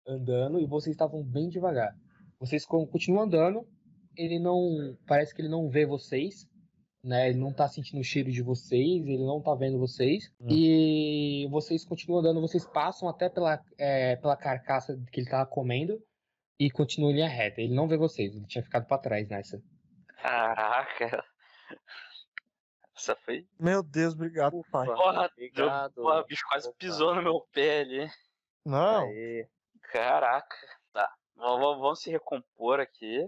[SPEAKER 1] andando, e vocês estavam bem devagar. Vocês con- continuam andando, ele não. Parece que ele não vê vocês. né? Ele não tá sentindo o cheiro de vocês, ele não tá vendo vocês. E vocês continuam andando, vocês passam até pela, é, pela carcaça que ele tava comendo e continuam em linha reta. Ele não vê vocês, ele tinha ficado pra trás nessa.
[SPEAKER 3] Caraca. Essa foi.
[SPEAKER 4] Meu Deus, obrigado, pai.
[SPEAKER 3] Porra,
[SPEAKER 2] Obrigado.
[SPEAKER 3] porra, o bicho quase
[SPEAKER 2] Opa.
[SPEAKER 3] pisou no meu pé ali.
[SPEAKER 4] Não,
[SPEAKER 2] Aê.
[SPEAKER 3] Caraca. Tá. Vamos, vamos- vamos se recompor aqui.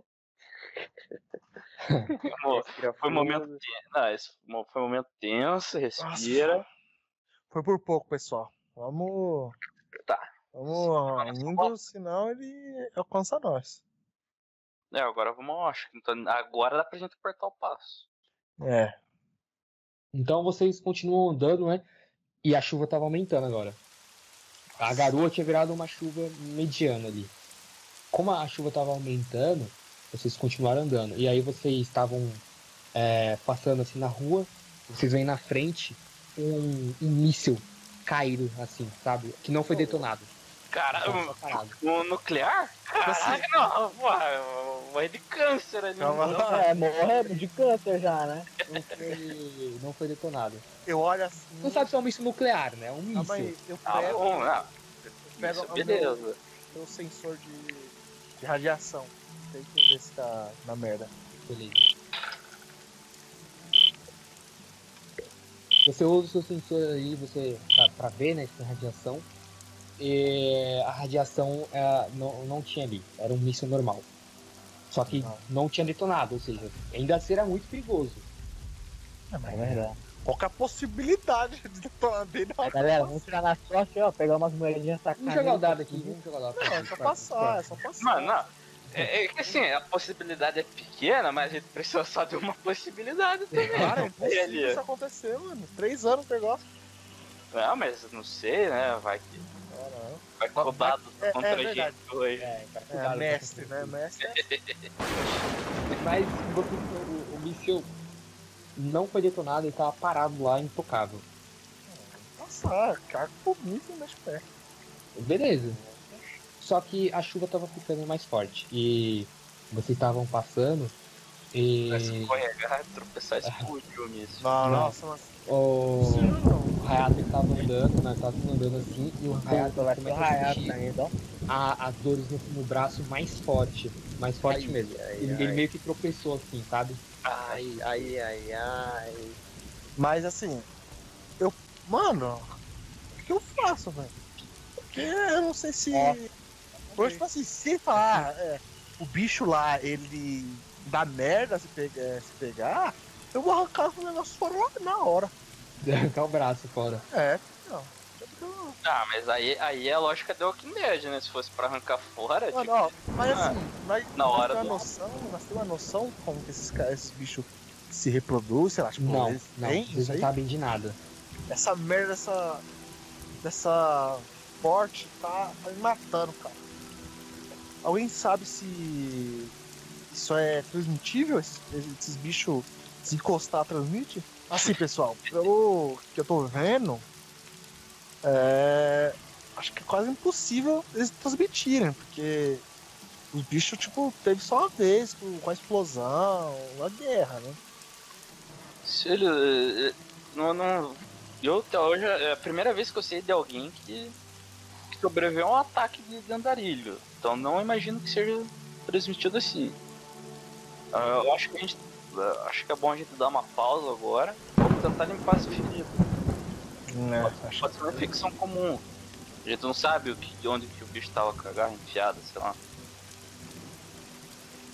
[SPEAKER 3] Amor,
[SPEAKER 2] Respira
[SPEAKER 3] foi um momento
[SPEAKER 2] fundo.
[SPEAKER 3] tenso. Não, esse mo- foi um momento tenso, respira.
[SPEAKER 4] foi por pouco, pessoal. Vamos.
[SPEAKER 3] Tá.
[SPEAKER 4] Vamos indo, senão ele alcança nós.
[SPEAKER 3] É, agora vamos ao Washington. Agora dá pra gente apertar o passo.
[SPEAKER 4] É.
[SPEAKER 1] Então vocês continuam andando, né? E a chuva tava aumentando agora. A garoa tinha virado uma chuva mediana ali. Como a chuva tava aumentando, vocês continuaram andando. E aí vocês estavam é, passando assim na rua, vocês veem na frente um, um míssil caído, assim, sabe? Que não foi detonado.
[SPEAKER 3] Cara,
[SPEAKER 1] Tava só parado.
[SPEAKER 3] Ah, um nuclear? Caraca, não, porra, eu morri de câncer ali.
[SPEAKER 4] Calma
[SPEAKER 3] não.
[SPEAKER 4] lá.
[SPEAKER 6] É, morremos de câncer já, né?
[SPEAKER 1] Não foi, não foi detonado.
[SPEAKER 4] Eu olho assim.
[SPEAKER 1] Não sabe se é um míssil nuclear, né? É um
[SPEAKER 4] Calma aí,
[SPEAKER 1] míssil.
[SPEAKER 4] eu
[SPEAKER 3] Tá
[SPEAKER 4] pego,
[SPEAKER 3] bom, ah,
[SPEAKER 4] eu pego
[SPEAKER 3] isso,
[SPEAKER 4] o meu-
[SPEAKER 3] beleza.
[SPEAKER 4] meu sensor de, de radiação. Tem que ver se tá na merda.
[SPEAKER 1] Beleza. Você usa o seu sensor aí, você pra, pra ver, né, essa radiação. E a radiação é, não, não tinha ali, era um míssil normal. Só que
[SPEAKER 4] Ah.
[SPEAKER 1] não tinha detonado, ou seja, ainda seria muito perigoso.
[SPEAKER 6] É verdade.
[SPEAKER 4] Pouca possibilidade de detonar bem na
[SPEAKER 6] Aí, galera, vamos tirar na sorte, ó, pegar umas moedinhas sacadas.
[SPEAKER 1] Vamos jogar o dado aqui, vamos jogar o dado.
[SPEAKER 4] Não, é só passar, é só passar.
[SPEAKER 3] Mano, não. É, é que assim, a possibilidade é pequena, mas a gente precisa só de uma possibilidade também.
[SPEAKER 4] Cara, é
[SPEAKER 3] não, tem
[SPEAKER 4] impossível
[SPEAKER 3] ali.
[SPEAKER 4] isso acontecer, mano. Três anos o negócio.
[SPEAKER 3] não, mas não sei, né? Vai que
[SPEAKER 4] Caramba.
[SPEAKER 3] vai que roubado
[SPEAKER 4] é- é
[SPEAKER 3] contra a
[SPEAKER 4] verdade.
[SPEAKER 3] gente hoje.
[SPEAKER 1] É, cara,
[SPEAKER 4] É,
[SPEAKER 1] cuidado.
[SPEAKER 4] mestre, né? Mestre é
[SPEAKER 1] Mas você- o, o míssil não foi detonado, ele tava parado lá, intocável.
[SPEAKER 4] passar. Cago né, por mim e mexe o pé.
[SPEAKER 1] Beleza. Só que a chuva tava ficando mais forte. E vocês estavam passando. E.
[SPEAKER 3] Vai escorregar, tropeçar, explodiu um nisso.
[SPEAKER 4] Não,
[SPEAKER 1] Não.
[SPEAKER 4] nossa, mas.
[SPEAKER 1] O
[SPEAKER 4] Possível não.
[SPEAKER 1] Hayato tava andando, né? Tava andando assim. E o Hayato
[SPEAKER 6] Puta, vai ser o
[SPEAKER 1] começa a
[SPEAKER 6] Hayato
[SPEAKER 1] sentir
[SPEAKER 6] ainda, ó.
[SPEAKER 1] a- as dores no, no braço mais forte. Mais forte mesmo.
[SPEAKER 2] Ai,
[SPEAKER 1] ele, ele
[SPEAKER 2] ai,
[SPEAKER 1] meio que tropeçou assim, sabe?
[SPEAKER 3] Ai,
[SPEAKER 1] <laughs>
[SPEAKER 2] ai, ai, ai.
[SPEAKER 4] Mas assim, eu. Mano, o que eu faço, velho? Porque eu não sei se.
[SPEAKER 6] Ó.
[SPEAKER 4] Eu, tipo assim, se falar, é, o bicho lá, ele dá merda se, pega- é, se pegar, eu vou arrancar o negócio fora lá na hora.
[SPEAKER 1] Arrancar o braço fora.
[SPEAKER 4] É, não. Eu-
[SPEAKER 3] ah, mas aí, aí é a lógica do Walking Dead, né? Se fosse pra arrancar fora,
[SPEAKER 4] Mano,
[SPEAKER 3] tipo,
[SPEAKER 4] ó, mas assim, nós,
[SPEAKER 3] na
[SPEAKER 4] nós
[SPEAKER 3] hora
[SPEAKER 4] temos
[SPEAKER 3] do-
[SPEAKER 4] uma noção, nós temos uma noção como que esses, ca- esses bichos se reproduzem, sei lá, tipo,
[SPEAKER 1] Não,
[SPEAKER 4] eles
[SPEAKER 1] não.
[SPEAKER 4] têm
[SPEAKER 1] Vocês
[SPEAKER 4] isso
[SPEAKER 1] não
[SPEAKER 4] aí?
[SPEAKER 1] sabem de nada.
[SPEAKER 4] Essa merda dessa. dessa porte tá, tá me matando, cara. Alguém sabe se isso é transmitível? Esses, esses bichos se encostar transmite? Assim, pessoal, pelo que eu tô vendo, é, acho que é quase impossível eles transmitirem, porque os bichos, tipo, teve só uma vez com com a explosão, a guerra, né?
[SPEAKER 3] se ele. eh, Não, não, eu até hoje é a primeira vez que eu sei de alguém que que sobreviveu a um ataque de andarilho. Então não imagino que seja transmitido assim. Ah, Eu acho que a gente. ah, Acho que é bom a gente dar uma pausa agora. Vamos tentar limpar esse ferido.
[SPEAKER 4] É, acho
[SPEAKER 3] Pode ser uma infecção comum. A gente não sabe o que, de onde que o bicho tava com a garra enfiada, sei lá.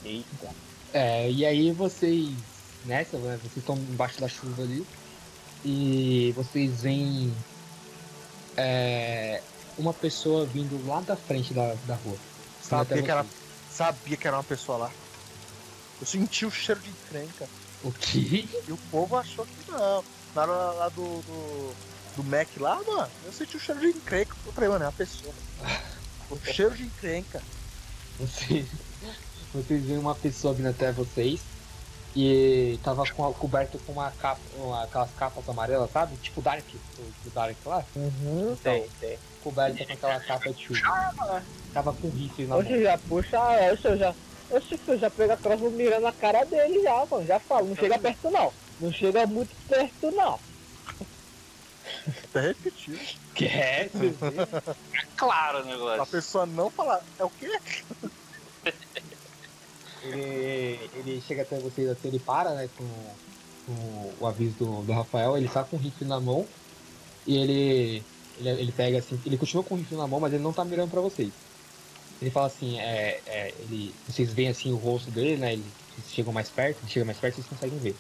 [SPEAKER 6] Eita.
[SPEAKER 1] É, e aí vocês. Nessa, né, vocês estão embaixo da chuva ali. E vocês veem. é, uma pessoa vindo lá da frente da, da rua. Vindo até
[SPEAKER 4] Sabia que, era,
[SPEAKER 1] vocês.
[SPEAKER 4] sabia que era uma pessoa lá. Eu senti o cheiro de encrenca.
[SPEAKER 1] O que?
[SPEAKER 4] E o povo achou que não. Na hora lá do, do, do Mac lá, mano, eu senti o cheiro de encrenca. Eu falei, mano, é uma pessoa. O cheiro de encrenca.
[SPEAKER 1] <laughs> Vocês, vocês veem uma pessoa vindo até vocês. E tava com a- coberto com uma capa, uma- aquelas capas amarelas, sabe? Tipo Dark, o- o Dark lá.
[SPEAKER 6] Uhum.
[SPEAKER 1] Então, coberto com aquela capa de chuva. Tava com rifle na mão.
[SPEAKER 6] Oxe, já puxa, Uhum. oxe, eu já. Oxe, eu já pego a crossbow mirando a cara dele já, mano. Já falo, não chega perto não. Não chega muito perto, não.
[SPEAKER 4] Até repetir.
[SPEAKER 1] Quer? você
[SPEAKER 4] <laughs>
[SPEAKER 1] vê?
[SPEAKER 3] Claro né, o
[SPEAKER 4] A
[SPEAKER 3] negócio.
[SPEAKER 4] pessoa não falar. É o quê?
[SPEAKER 1] ele, ele chega até vocês assim, ele para, né, com, com o aviso do, do Rafael, ele tá com o rifle na mão e ele, ele, ele pega assim, ele continua com o rifle na mão, mas ele não tá mirando pra vocês. Ele fala assim, é, é, ele, vocês veem assim o rosto dele, né, ele, vocês chegam mais perto, ele chega mais perto, vocês conseguem ver.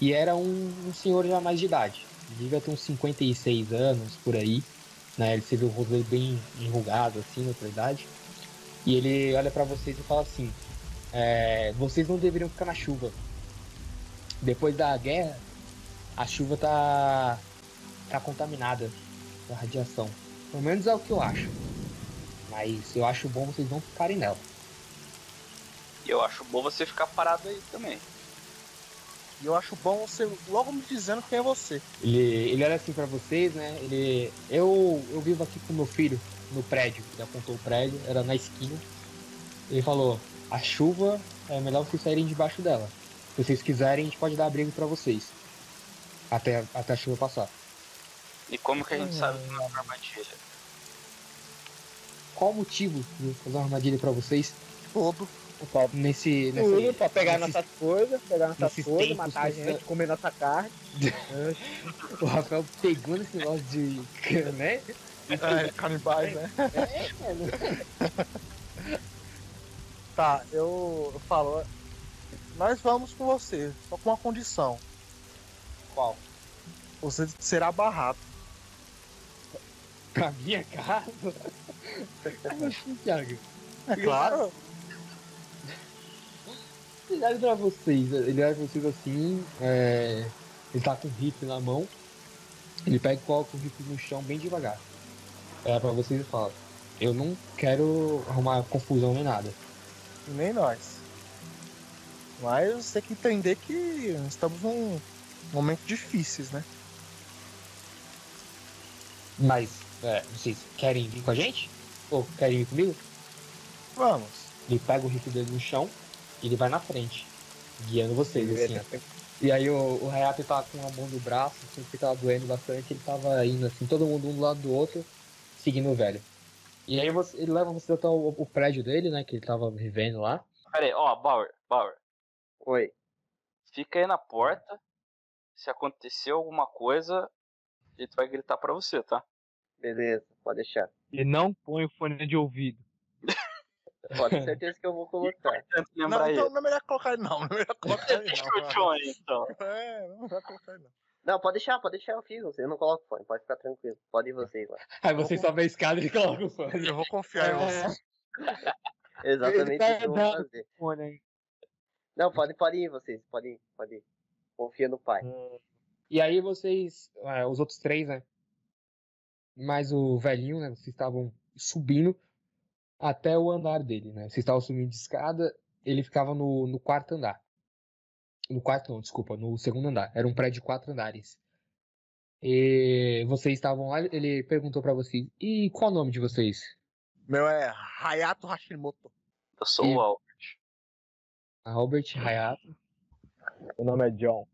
[SPEAKER 1] E era um, um senhor já mais de idade, ele devia ter uns 56 anos, por aí, né, ele, você vê o rosto dele bem enrugado, assim, na outra idade. E ele olha pra vocês e fala assim, é, vocês não deveriam ficar na chuva. Depois da guerra, a chuva tá tá contaminada da radiação. Pelo menos é o que eu acho. Mas eu acho bom vocês não ficarem nela.
[SPEAKER 3] E eu acho bom você ficar parado aí também.
[SPEAKER 4] E eu acho bom você logo me dizendo quem é você.
[SPEAKER 1] Ele, ele olha assim pra vocês, né? Ele eu eu vivo aqui com meu filho no prédio. Ele apontou o prédio, era na esquina. Ele falou: "A chuva é melhor vocês saírem debaixo dela. Se vocês quiserem, a gente pode dar abrigo pra vocês até até a chuva passar."
[SPEAKER 3] E como que a
[SPEAKER 4] Hum.
[SPEAKER 3] gente sabe que não é uma armadilha?
[SPEAKER 1] qual o motivo de eu fazer uma armadilha pra vocês
[SPEAKER 4] Todo.
[SPEAKER 1] nesse,
[SPEAKER 6] Tudo
[SPEAKER 1] nesse
[SPEAKER 6] pra pegar
[SPEAKER 1] nesse-
[SPEAKER 6] nossas coisas, pegar nossas
[SPEAKER 1] nesses
[SPEAKER 6] coisas,
[SPEAKER 1] tempos
[SPEAKER 6] matar a
[SPEAKER 1] que-
[SPEAKER 6] gente, comer nossa carne.
[SPEAKER 1] o Rafael pegou nesse negócio de <laughs> né
[SPEAKER 4] É, canibais, né? Tá, eu, eu falo. Nós vamos com você, só com uma condição.
[SPEAKER 1] Qual?
[SPEAKER 4] Você será barrado.
[SPEAKER 1] pra minha casa Ai, Thiago
[SPEAKER 4] É claro.
[SPEAKER 1] ele olha pra vocês ele olha pra vocês assim é, ele tá com o rifle na mão ele pega e coloca o rifle no chão bem devagar olha pra vocês e fala eu não quero arrumar confusão nem nada
[SPEAKER 4] Nem nós. Mas você tem que entender que estamos num momento difíceis, né?
[SPEAKER 1] mas é, vocês querem vir com a gente ou querem vir comigo
[SPEAKER 4] Vamos.
[SPEAKER 1] Ele pega o rifle dele no chão e ele vai na frente, guiando vocês, assim.
[SPEAKER 6] Beleza.
[SPEAKER 1] E aí o, o Hayato tava com a mão no braço, assim, porque tava doendo bastante, ele tava indo assim, todo mundo um do lado do outro, seguindo o velho. E aí você- ele leva vocês até o, o prédio dele, né, que ele tava vivendo lá.
[SPEAKER 3] Pera aí, ó, Bauer, Bauer,
[SPEAKER 2] Oi.
[SPEAKER 3] fica aí na porta. Se acontecer alguma coisa, a gente vai gritar pra você, tá?
[SPEAKER 2] Beleza, pode deixar.
[SPEAKER 6] E não põe o fone de ouvido.
[SPEAKER 2] Pode ter certeza que eu vou
[SPEAKER 3] <laughs>
[SPEAKER 2] colocar.
[SPEAKER 3] Tenta lembrar
[SPEAKER 4] Não,
[SPEAKER 3] aí.
[SPEAKER 4] <laughs> então não é melhor colocar ele não. Não é melhor colocar ele
[SPEAKER 3] Deixa o
[SPEAKER 4] não.
[SPEAKER 3] John aí, então.
[SPEAKER 4] mano. É, não é melhor colocar ele não.
[SPEAKER 2] Não, pode deixar, pode deixar, eu fico. Eu não coloco fone, pode ficar tranquilo. Pode ir vocês lá.
[SPEAKER 1] Aí vocês sobem a escada e <laughs> colocam o fone.
[SPEAKER 4] Eu vou confiar em você.
[SPEAKER 2] Exatamente
[SPEAKER 6] tá
[SPEAKER 2] isso que eu vou
[SPEAKER 6] andando.
[SPEAKER 2] fazer.
[SPEAKER 6] Fone aí.
[SPEAKER 2] Não, pode, pode ir vocês, pode ir, pode ir. Confia no pai.
[SPEAKER 1] E aí vocês, é, os outros três, né? Mais o velhinho, né? Vocês estavam subindo até o andar dele, né? Vocês estavam subindo de escada, ele ficava no, no quarto andar. No quarto não, desculpa, no segundo andar. Era um prédio de quatro andares. E vocês estavam lá, ele perguntou pra vocês, e qual o nome de vocês?
[SPEAKER 4] Meu é Hayato <laughs> Hashimoto.
[SPEAKER 3] Eu sou o Al.
[SPEAKER 1] A Robert Hayato.
[SPEAKER 6] O nome é John.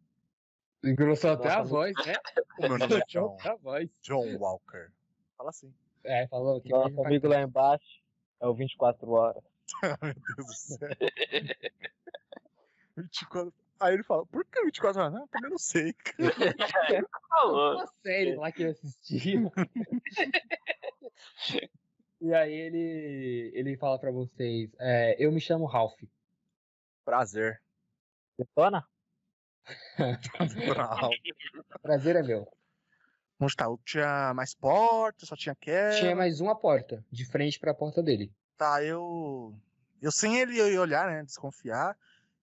[SPEAKER 1] Engrossou até a
[SPEAKER 6] Nossa,
[SPEAKER 1] voz, né?
[SPEAKER 4] O meu nome é
[SPEAKER 1] Engrossou
[SPEAKER 4] John.
[SPEAKER 1] até a voz.
[SPEAKER 4] John Walker. Fala assim.
[SPEAKER 1] <laughs> É, falou que
[SPEAKER 6] Nosso amigo lá embaixo é o 24 horas.
[SPEAKER 4] <laughs> Meu Deus do céu. 24. Aí ele fala, por que 24 horas? Ah, também não sei. Tá
[SPEAKER 3] Falou.
[SPEAKER 1] uma série lá que eu assisti. <laughs> e aí ele, ele fala pra vocês, é, eu me chamo Ralph.
[SPEAKER 4] Prazer.
[SPEAKER 6] Detona?
[SPEAKER 4] Brau.
[SPEAKER 1] Prazer é meu.
[SPEAKER 4] Onde tá? Tinha mais porta, só tinha queda.
[SPEAKER 1] Tinha mais uma porta, de frente pra porta dele.
[SPEAKER 4] Tá, eu. Eu sem ele ir olhar, né? Desconfiar.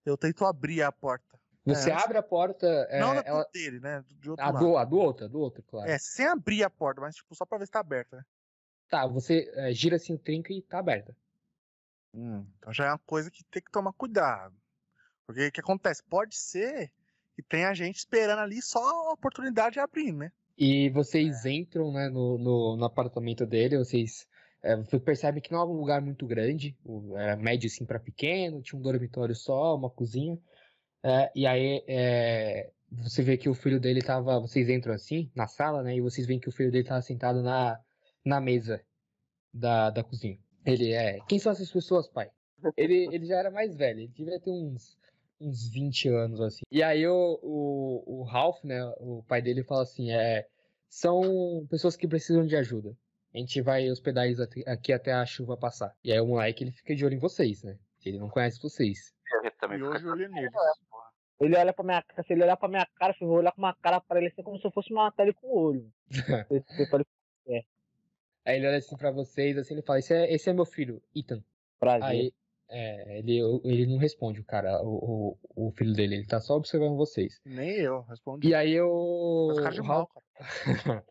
[SPEAKER 4] Eu tento abrir a porta.
[SPEAKER 1] Você
[SPEAKER 4] É,
[SPEAKER 1] abre a porta, é,
[SPEAKER 4] não na
[SPEAKER 1] ela,
[SPEAKER 4] dele, né? Do, de outro
[SPEAKER 1] a,
[SPEAKER 4] lado.
[SPEAKER 1] do, a do outro, a do outro, claro.
[SPEAKER 4] É, sem abrir a porta, mas tipo, só pra ver se tá aberta, né?
[SPEAKER 1] Tá, você é, gira assim o trinco e tá aberta.
[SPEAKER 4] Então já é uma coisa que tem que tomar cuidado. Porque o que acontece? Pode ser que tenha gente esperando ali só a oportunidade de abrir, né?
[SPEAKER 1] E vocês entram né, no, no, no apartamento dele, vocês é, você percebe que não é um lugar muito grande, o- era médio assim para pequeno, tinha um dormitório só, uma cozinha. é, e aí é, Você vê que o filho dele tava. Vocês entram assim, na sala, né? E vocês veem que o filho dele tava sentado na, na mesa da, da cozinha. Ele é. Quem são essas pessoas, pai? Ele, ele já era mais velho, ele devia ter uns, uns 20 anos, assim. E aí o, o, o Ralph, né? O pai dele fala assim: é. São pessoas que precisam de ajuda. A gente vai hospedar eles at- aqui até a chuva passar. E aí o moleque ele fica de olho em vocês, né? Ele não conhece vocês.
[SPEAKER 3] Eu também
[SPEAKER 4] E
[SPEAKER 3] fico
[SPEAKER 4] hoje eu olhei nele.
[SPEAKER 6] Ele olha pra minha cara, se ele olhar pra minha cara, eu vou olhar com uma cara pra ele assim como se eu fosse matar ele com o <laughs> olho. Esse- é esse olho
[SPEAKER 1] Aí ele olha assim pra vocês, assim, ele fala: Esse é, esse é meu filho, Ethan.
[SPEAKER 4] Uhum.
[SPEAKER 6] pra gente.
[SPEAKER 1] Aí é, ele, ele não responde, o cara, o, o, o filho dele, ele tá só observando vocês.
[SPEAKER 4] Nem eu, respondi.
[SPEAKER 1] E aí eu.
[SPEAKER 4] Mas cara de
[SPEAKER 1] o Ralph-
[SPEAKER 4] mal, cara.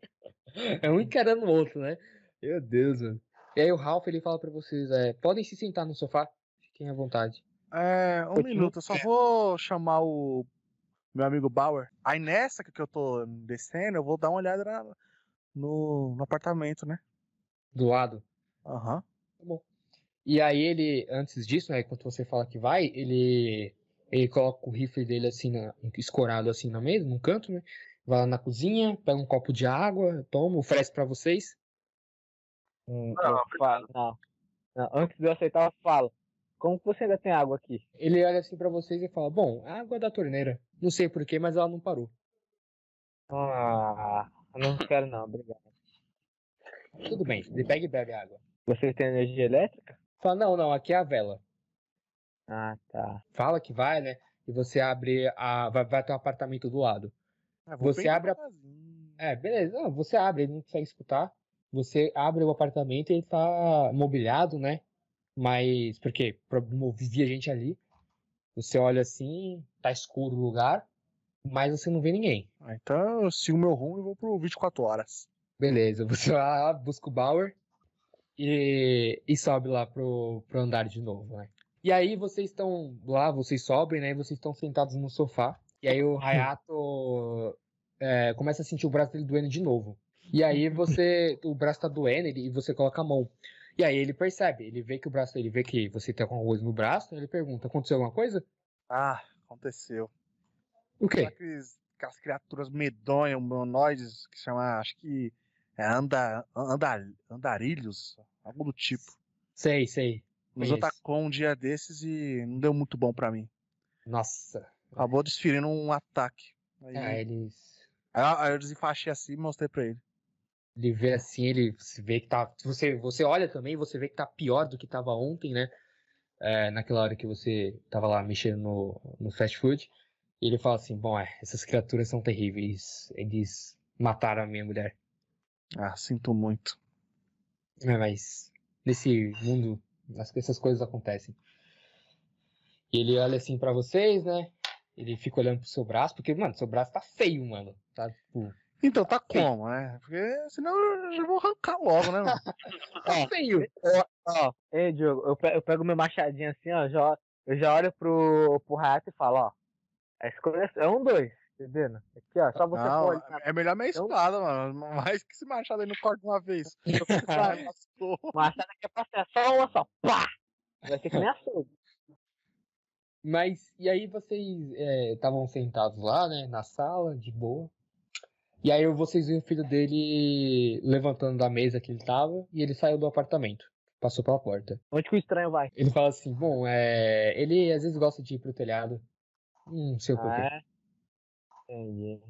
[SPEAKER 1] é <laughs> um encarando o outro, né? Meu Deus, mano. E aí o Ralph ele fala pra vocês: é, podem se sentar no sofá, fiquem à vontade.
[SPEAKER 4] É, um
[SPEAKER 6] Continua.
[SPEAKER 4] minuto, eu só vou chamar o meu amigo Bauer. Aí nessa que eu tô descendo, eu vou dar uma olhada na- no, no apartamento, né?
[SPEAKER 1] Do lado.
[SPEAKER 4] Aham.
[SPEAKER 1] E aí ele, antes disso, né, enquanto você fala que vai, ele ele coloca o rifle dele assim, na- escorado assim na mesa, num canto, né? Vai lá na cozinha, pega um copo de água, toma, oferece pra vocês.
[SPEAKER 6] Hum,
[SPEAKER 3] Não,
[SPEAKER 6] eu falo- não. Não, Antes de eu aceitar, eu falo. Como que você ainda tem água aqui?
[SPEAKER 1] Ele olha assim pra vocês e fala: "Bom, a água é da torneira. Não sei porquê, mas ela não parou.
[SPEAKER 6] Ah, eu não quero não, obrigado.
[SPEAKER 1] Tudo bem, ele pega e bebe a água.
[SPEAKER 6] Você tem energia elétrica?
[SPEAKER 1] Fala: "Não, não, aqui é a vela."
[SPEAKER 6] Ah, tá.
[SPEAKER 1] Fala que vai, né? E você abre a vai, vai ter um apartamento do lado.
[SPEAKER 4] É, vou
[SPEAKER 1] Você
[SPEAKER 4] bem
[SPEAKER 1] abre a-
[SPEAKER 4] devagarzinho.
[SPEAKER 1] É, beleza. Não, você abre, ele não consegue escutar. Você abre o apartamento e ele tá mobiliado, né? Mas, porque pro- mo- vivia gente ali. Você olha assim, tá escuro o lugar, mas você não vê ninguém.
[SPEAKER 4] Ah, Então eu sigo meu rumo e vou pro 24 horas.
[SPEAKER 1] Beleza, você vai <laughs> lá, busca o Bauer e, e sobe lá pro, pro andar de novo, né? E aí vocês estão lá, vocês sobem, né? E vocês estão sentados no sofá. E aí o Hayato é, começa a sentir o braço dele doendo de novo. E aí você. O braço tá doendo ele- e você coloca a mão. E aí ele percebe, ele vê que o braço, ele vê que você tem alguma coisa no braço, né? ele pergunta, aconteceu alguma coisa?
[SPEAKER 4] Ah, aconteceu.
[SPEAKER 1] O quê?
[SPEAKER 4] Aqueles, aquelas criaturas medonhas, humanoides, que chama, acho que é anda, anda, andarilhos, algo do tipo.
[SPEAKER 1] Sei, sei.
[SPEAKER 4] Nos
[SPEAKER 1] Conheço.
[SPEAKER 4] atacou um dia desses e não deu muito bom pra mim.
[SPEAKER 1] Nossa.
[SPEAKER 4] Acabou desferindo um ataque. Aí,
[SPEAKER 1] Ah, eles.
[SPEAKER 4] aí- aí eu desenfaixei assim e mostrei pra ele.
[SPEAKER 1] Ele vê assim, ele se vê que tá. Você, você olha também, você vê que tá pior do que tava ontem, né? É, naquela hora que você tava lá mexendo no, no fast food. E ele fala assim: Bom, é, essas criaturas são terríveis. Eles mataram a minha mulher.
[SPEAKER 4] Ah, sinto muito.
[SPEAKER 1] É, mas nesse mundo, as- essas coisas acontecem. E ele olha assim pra vocês, né? Ele fica olhando pro seu braço, porque, mano, seu braço tá feio, mano. Tá, tipo,
[SPEAKER 4] Então tá como, né? Porque senão eu já vou arrancar logo, né? mano?
[SPEAKER 1] tá feio.
[SPEAKER 6] Ó, ei, Diogo, eu pe- eu pego meu machadinho assim, ó, já, eu já olho pro, pro Hayato e falo, ó, a escolha é um, dois, entendendo? Aqui, ó, só você
[SPEAKER 4] Não,
[SPEAKER 6] pode.
[SPEAKER 4] é melhor minha
[SPEAKER 6] Então-
[SPEAKER 4] espada, mano. Mais que esse machado aí não corta de uma vez. <laughs>
[SPEAKER 6] Machado aqui é pra ser só uma só, pá! Vai ser que nem açougue.
[SPEAKER 1] Mas, e aí vocês é, estavam sentados lá, né, na sala, de boa. E aí vocês viram o filho dele levantando da mesa que ele tava e ele saiu do apartamento, passou pela porta.
[SPEAKER 6] Onde que o estranho vai?
[SPEAKER 1] Ele fala assim, bom, é, ele às vezes gosta de ir pro telhado, Hum, não sei o porquê.
[SPEAKER 6] Ah, é? Entendi.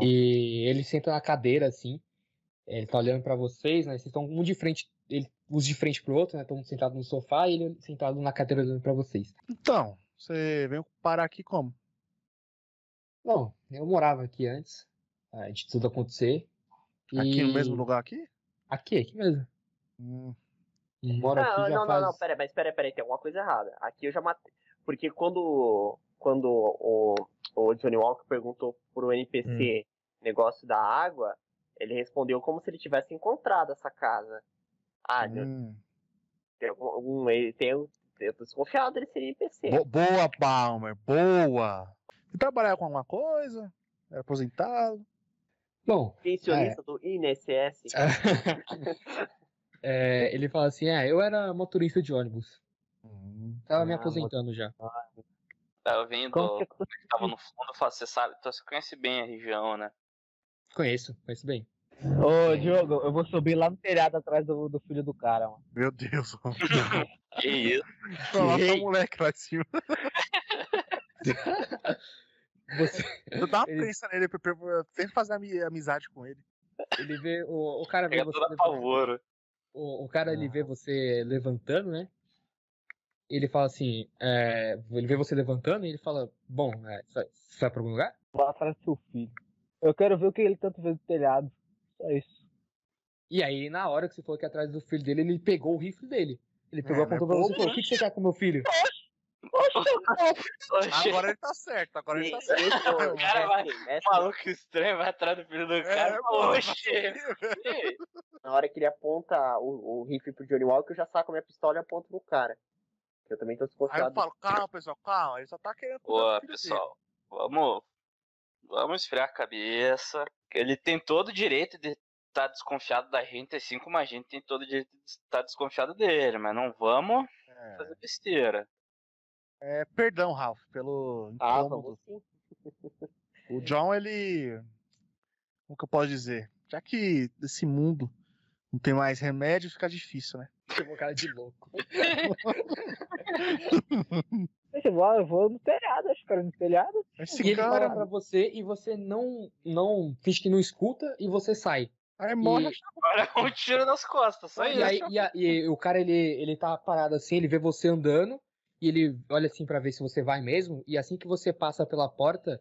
[SPEAKER 1] E ele senta na cadeira, assim. Ele tá olhando pra vocês, né? Vocês estão um de frente, ele, os de frente pro outro, né? Estão sentados no sofá e ele sentado na cadeira olhando pra vocês.
[SPEAKER 4] Então, você veio parar aqui como?
[SPEAKER 1] Bom, eu morava aqui antes, ah, antes de tudo acontecer. E...
[SPEAKER 4] Aqui no mesmo lugar aqui?
[SPEAKER 1] Aqui, aqui mesmo.
[SPEAKER 4] Hum,
[SPEAKER 1] Moro
[SPEAKER 2] Ah,
[SPEAKER 1] aqui já
[SPEAKER 2] não,
[SPEAKER 1] faz...
[SPEAKER 2] não, não, pera, mas pera, pera, tem alguma coisa errada. Aqui eu já matei. Porque quando, quando o, o Johnny Walker perguntou pro NPC negócio da água, ele respondeu como se ele tivesse encontrado essa casa. Ah, meu,
[SPEAKER 4] hum.
[SPEAKER 2] tem algum. algum- ele tem, eu tô desconfiado dele ser NPC.
[SPEAKER 4] Bo- boa, Palmer, boa. Você trabalhava com alguma coisa? Era aposentado?
[SPEAKER 2] <laughs>
[SPEAKER 1] Bom,
[SPEAKER 2] Pensionista do INSS.
[SPEAKER 1] é, ele fala assim, é, eu era motorista de ônibus.
[SPEAKER 4] Hum.
[SPEAKER 1] Tava me
[SPEAKER 6] Ah,
[SPEAKER 1] aposentando já.
[SPEAKER 3] Tá vendo
[SPEAKER 4] é
[SPEAKER 6] Como
[SPEAKER 3] o
[SPEAKER 6] que eu consigo?
[SPEAKER 3] que tava no fundo, fala, você sabe, então você conhece bem a região, né?
[SPEAKER 1] Conheço, conheço bem.
[SPEAKER 6] Ô, Diogo, eu vou subir lá no telhado atrás do, do filho do cara, mano.
[SPEAKER 4] Meu Deus, mano. Ah,
[SPEAKER 3] Que isso?
[SPEAKER 4] Nossa, o moleque lá de cima.
[SPEAKER 1] <laughs> Você,
[SPEAKER 4] Eu tava
[SPEAKER 1] Ele-
[SPEAKER 4] pensando nele, pra- pra- pra sempre fazer ami- amizade com ele.
[SPEAKER 1] ele vê, o, o cara vê
[SPEAKER 3] Pega
[SPEAKER 1] você.
[SPEAKER 3] é toda a pavor.
[SPEAKER 1] O, o cara ele vê você levantando, né? Ele fala assim, é, ele vê você levantando e ele fala, bom, é, você vai- você vai pra algum lugar?
[SPEAKER 6] Lá atrás do seu filho. Eu quero ver o que ele tanto fez no telhado. Só isso.
[SPEAKER 1] E aí, na hora que você falou que ia atrás do filho dele, ele pegou o rifle dele. Ele pegou,
[SPEAKER 4] É,
[SPEAKER 1] apontou
[SPEAKER 4] mas
[SPEAKER 1] pra você e
[SPEAKER 4] bobo,
[SPEAKER 1] falou, o que, que você quer com meu filho?
[SPEAKER 4] Agora ele tá certo, agora ele tá
[SPEAKER 2] é
[SPEAKER 4] certo.
[SPEAKER 2] O
[SPEAKER 4] <laughs>
[SPEAKER 3] cara vai-
[SPEAKER 2] é
[SPEAKER 3] um Maluco estranho vai atrás do filho do cara.
[SPEAKER 4] É, pô.
[SPEAKER 3] Oxe!
[SPEAKER 4] <laughs>
[SPEAKER 2] Na hora que ele aponta o, o rifle pro Johnny Walker, eu já saco a minha pistola e aponto no cara. Eu também tô
[SPEAKER 4] Aí eu
[SPEAKER 2] desconfiado.
[SPEAKER 4] falo, calma, pessoal, calma. Ele só tá querendo. cuidar do
[SPEAKER 3] Boa,
[SPEAKER 4] filho
[SPEAKER 3] pessoal. Vamos, vamos esfriar a cabeça. Ele tem todo o direito de estar desconfiado da gente, assim como a gente tem todo o direito de estar desconfiado dele, mas não vamos
[SPEAKER 4] dele. É.
[SPEAKER 3] fazer besteira. <laughs>
[SPEAKER 4] É, perdão, Ralph, pelo
[SPEAKER 1] tá
[SPEAKER 2] Ah,
[SPEAKER 4] incômodo.
[SPEAKER 2] vamos sim.
[SPEAKER 4] o John, ele. Como que eu posso dizer? Já que esse mundo não tem mais remédio, fica difícil, né?
[SPEAKER 1] Chamou o cara de louco.
[SPEAKER 6] Deixa eu vou, eu vou no telhado, acho que era no telhado.
[SPEAKER 1] e
[SPEAKER 4] Esse
[SPEAKER 1] ele fala
[SPEAKER 4] cara.
[SPEAKER 1] pra você e você não, não, finge que não escuta e você sai.
[SPEAKER 4] Aí morre.
[SPEAKER 1] e-
[SPEAKER 3] Olha, um tiro nas costas, só
[SPEAKER 1] E,
[SPEAKER 3] isso.
[SPEAKER 1] aí, e, a- e o cara, ele, ele tá parado assim, ele vê você andando, e ele olha assim pra ver se você vai mesmo, e assim que você passa pela porta,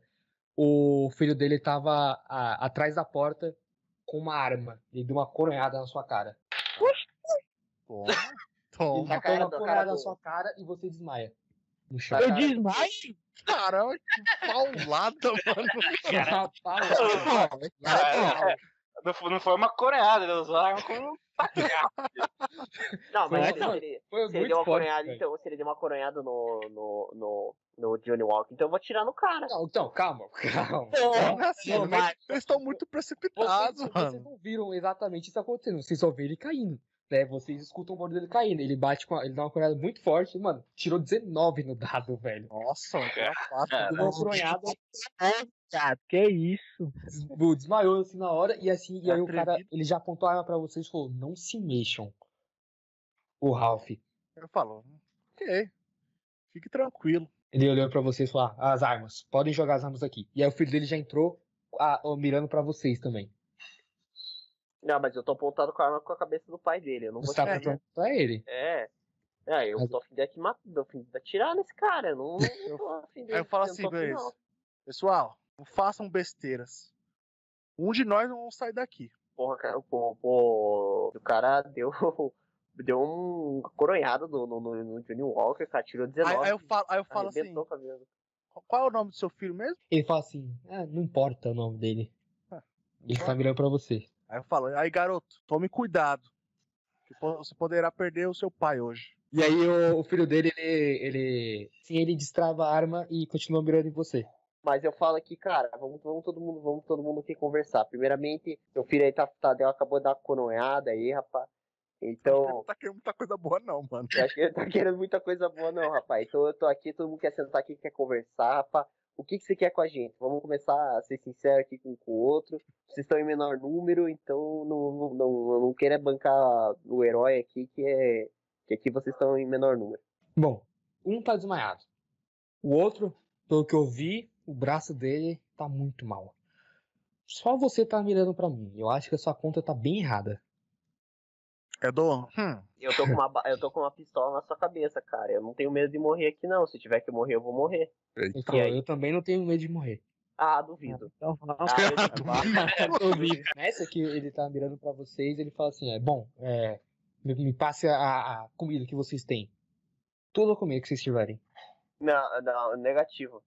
[SPEAKER 1] o filho dele tava a- atrás da porta com uma arma, e deu uma coronhada na sua cara.
[SPEAKER 4] Toma.
[SPEAKER 1] Ele
[SPEAKER 4] Toma.
[SPEAKER 2] Na
[SPEAKER 1] dá
[SPEAKER 2] cara
[SPEAKER 1] uma
[SPEAKER 2] do-
[SPEAKER 1] coronhada
[SPEAKER 2] cara
[SPEAKER 1] na
[SPEAKER 2] do-
[SPEAKER 1] sua cara e você desmaia. No chão.
[SPEAKER 6] Eu
[SPEAKER 2] Cara,
[SPEAKER 6] desmaio.
[SPEAKER 4] Caramba, que paulada, <laughs> mano.
[SPEAKER 2] <laughs>
[SPEAKER 3] Cara, É, não, foi- não foi uma coreada, eles usaram como um tacado.
[SPEAKER 2] Não, mas
[SPEAKER 1] Foi
[SPEAKER 2] se
[SPEAKER 1] ótimo.
[SPEAKER 2] ele,
[SPEAKER 1] Foi
[SPEAKER 2] se
[SPEAKER 1] É,
[SPEAKER 2] ele deu uma
[SPEAKER 1] muito forte.
[SPEAKER 2] coronhada,
[SPEAKER 1] velho.
[SPEAKER 2] então, se ele deu uma coronhada no, no, no, no Johnny Walker, então eu vou tirar no cara.
[SPEAKER 1] Não, então, calma, <laughs> calma.
[SPEAKER 2] Então,
[SPEAKER 4] Não é assim,
[SPEAKER 1] Não, mas-
[SPEAKER 4] mas Vocês estão muito
[SPEAKER 2] ah,
[SPEAKER 1] Vocês,
[SPEAKER 4] precipitados,
[SPEAKER 1] vocês
[SPEAKER 4] mano.
[SPEAKER 1] não viram exatamente isso acontecendo, vocês só vêem ele caindo. Né? Vocês escutam o barulho dele caindo. Ele bate com a- Ele dá uma coronhada muito forte, mano. Tirou 19 no dado, velho.
[SPEAKER 4] <laughs> Nossa, mano, que fácil.
[SPEAKER 3] Cara,
[SPEAKER 1] Deu uma coronhada,
[SPEAKER 4] Ah,
[SPEAKER 6] Cara, que isso?
[SPEAKER 1] des- o desmaiou assim na hora, e assim, e aí o cara,
[SPEAKER 4] Atrevido.
[SPEAKER 1] ele já apontou a arma pra vocês e falou, não se mexam. O Ralph.
[SPEAKER 4] Eu falo, ok. Fique tranquilo.
[SPEAKER 1] Ele olhou pra vocês e falou, ah, as armas, podem jogar as armas aqui. E aí o filho dele já entrou ah, ó, mirando pra vocês também.
[SPEAKER 2] Não, mas eu tô apontado com a arma com a cabeça do pai dele. Eu não vou
[SPEAKER 1] Você tá
[SPEAKER 2] tirar.
[SPEAKER 1] apontando pra ele.
[SPEAKER 2] É. É, eu
[SPEAKER 1] Mas-
[SPEAKER 2] tô afim de aqui mat- tô afim de atirar nesse cara. Eu não, não tô afim de.
[SPEAKER 4] Aí <laughs> eu falo
[SPEAKER 2] não tô
[SPEAKER 4] assim
[SPEAKER 2] afim,
[SPEAKER 4] pra eles:
[SPEAKER 2] não.
[SPEAKER 4] Pessoal, não façam besteiras. Um de nós não vamos sair daqui.
[SPEAKER 2] Porra, cara, pô, pô, o cara deu. <laughs> Deu um coronhado no, no, no, no Johnny Walker, cara, tirou
[SPEAKER 4] Aí,
[SPEAKER 2] 19.
[SPEAKER 4] aí eu falo, aí eu falo assim:
[SPEAKER 2] É arrebentou com a mesa.
[SPEAKER 4] Qual é o nome do seu filho mesmo?
[SPEAKER 1] Ele fala assim, ah, não importa o nome dele.
[SPEAKER 4] Ah,
[SPEAKER 1] Ele tá mirando pra você.
[SPEAKER 4] Aí eu falo: Aí garoto, tome cuidado. que po- Você poderá perder o seu pai hoje.
[SPEAKER 1] E aí o, o filho dele, ele, ele. Sim, ele destrava a arma e continua mirando em você.
[SPEAKER 2] Mas eu falo aqui, cara, vamos, vamos todo mundo, vamos todo mundo aqui conversar. Primeiramente, meu filho aí tá, tá deu, acabou de dar uma coronhada aí, rapaz. Então,
[SPEAKER 4] Não tá querendo muita coisa boa, não, mano.
[SPEAKER 2] eu acho que ele tá querendo muita coisa boa, não, rapaz. Então eu tô aqui, todo mundo quer sentar aqui, quer conversar, rapaz. O que, que você quer com a gente? Vamos começar a ser sincero aqui com, com o outro. Vocês estão em menor número, então não, não, não, não queira bancar o herói aqui, que é. Que aqui vocês estão em menor número.
[SPEAKER 1] Bom, um tá desmaiado. O outro, pelo que eu vi, o braço dele tá muito mal. Só você tá mirando pra mim. Eu acho que a sua conta tá bem errada.
[SPEAKER 4] Eu dou. Hum,
[SPEAKER 2] Eu tô, com uma, ba- eu tô com uma pistola na sua cabeça, cara. Eu não tenho medo de morrer aqui, não. Se tiver que morrer, eu vou morrer.
[SPEAKER 1] Ele falou,
[SPEAKER 2] aí?
[SPEAKER 1] eu também não tenho medo de morrer.
[SPEAKER 2] Ah, duvido.
[SPEAKER 6] Então vamos.
[SPEAKER 2] Ah,
[SPEAKER 1] Nessa que ele tá mirando pra vocês, ele fala assim: é bom, é, me, me passe a, a comida que vocês têm. Toda a comida que vocês tiverem.
[SPEAKER 2] não, não, negativo.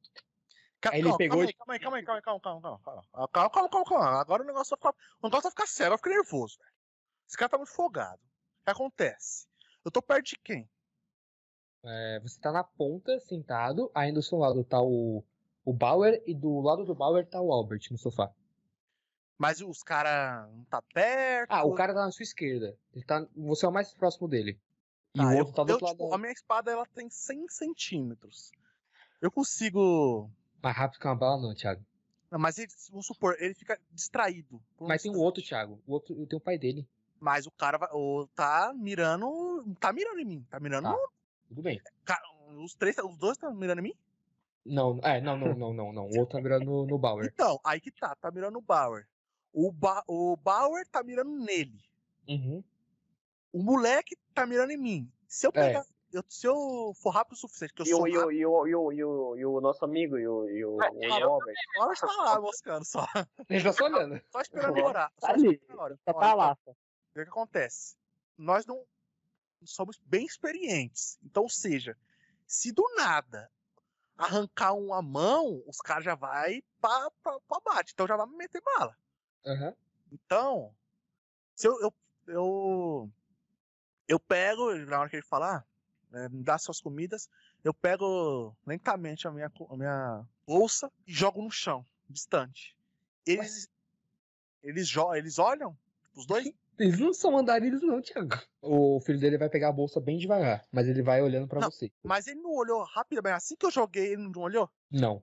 [SPEAKER 4] Ca-
[SPEAKER 1] Aí ele
[SPEAKER 4] calma,
[SPEAKER 1] pegou
[SPEAKER 4] calma, aí, calma aí, calma aí, calma aí, calma, calma, calma, calma, calma, calma, calma, calma, calma. Agora o negócio vai ficar, o negócio vai ficar sério, vai ficar nervoso, velho. Esse cara tá muito folgado. O que acontece? Eu tô perto de quem?
[SPEAKER 1] É, Você tá na ponta, sentado. Aí do seu lado tá o, o Bauer e do lado do Bauer tá o Albert no sofá.
[SPEAKER 4] Mas os caras não tá perto.
[SPEAKER 1] Ah, o cara tá na sua esquerda. Ele tá, você é o mais próximo dele. E
[SPEAKER 4] Tá,
[SPEAKER 1] o
[SPEAKER 4] eu-
[SPEAKER 1] outro tá do
[SPEAKER 4] eu,
[SPEAKER 1] outro lado.
[SPEAKER 4] tipo,
[SPEAKER 1] da-
[SPEAKER 4] A minha espada ela tem 100 centímetros. Eu consigo.
[SPEAKER 1] Mais rápido que uma bala, não, Thiago.
[SPEAKER 4] Não, mas ele, vamos supor, ele fica distraído. por um
[SPEAKER 1] Mas tem um o
[SPEAKER 4] instante.
[SPEAKER 1] outro, Thiago. O outro tem o pai dele.
[SPEAKER 4] Mas o cara vai, o, tá mirando. Tá mirando em mim. Tá mirando.
[SPEAKER 1] Tá.
[SPEAKER 4] no-
[SPEAKER 1] Tudo bem.
[SPEAKER 4] ca- os três, os dois estão mirando em mim?
[SPEAKER 1] Não, é, não, não, não, não, não. O outro tá mirando no, no Bauer.
[SPEAKER 4] Então, aí que tá, tá mirando o Bauer. O, ba o Bauer tá mirando nele.
[SPEAKER 1] Uhum.
[SPEAKER 4] O moleque tá mirando em mim. Se eu pegar. Eu, se eu for rápido o suficiente, que eu
[SPEAKER 2] E
[SPEAKER 4] sou
[SPEAKER 2] o, e,
[SPEAKER 4] rápido,
[SPEAKER 2] o, e, o, e, o, e, o, e o nosso amigo, e o, e o,
[SPEAKER 4] Ah,
[SPEAKER 2] e o
[SPEAKER 4] calma.
[SPEAKER 2] Robert.
[SPEAKER 4] o Bauer tá
[SPEAKER 2] <laughs>
[SPEAKER 4] lá moscando só.
[SPEAKER 1] Ele tá só olhando.
[SPEAKER 4] Só esperando
[SPEAKER 2] Tá
[SPEAKER 4] a hora. Só
[SPEAKER 6] ali,
[SPEAKER 4] esperando a hora.
[SPEAKER 6] Só
[SPEAKER 4] Olha,
[SPEAKER 6] tá lá. só.
[SPEAKER 4] O que que acontece? Nós não somos bem experientes. Então, ou seja, se do nada arrancar uma mão, os caras já vai pra, pra, pra bate. Então já vai me meter bala.
[SPEAKER 1] Aham.
[SPEAKER 4] Então, se eu, eu, eu, eu pego, na hora que ele falar, né, me dá suas comidas, eu pego lentamente a minha, co- a minha bolsa e jogo no chão, distante. Eles, eles, jo- eles olham,
[SPEAKER 1] <laughs>
[SPEAKER 4] os dois,
[SPEAKER 1] Eles não são andarilhos, não, Thiago. O filho dele vai pegar a bolsa bem devagar, mas ele vai olhando pra
[SPEAKER 4] Não.
[SPEAKER 1] você.
[SPEAKER 4] Mas ele não olhou rapidamente. Assim que eu joguei, ele não olhou.
[SPEAKER 1] Não.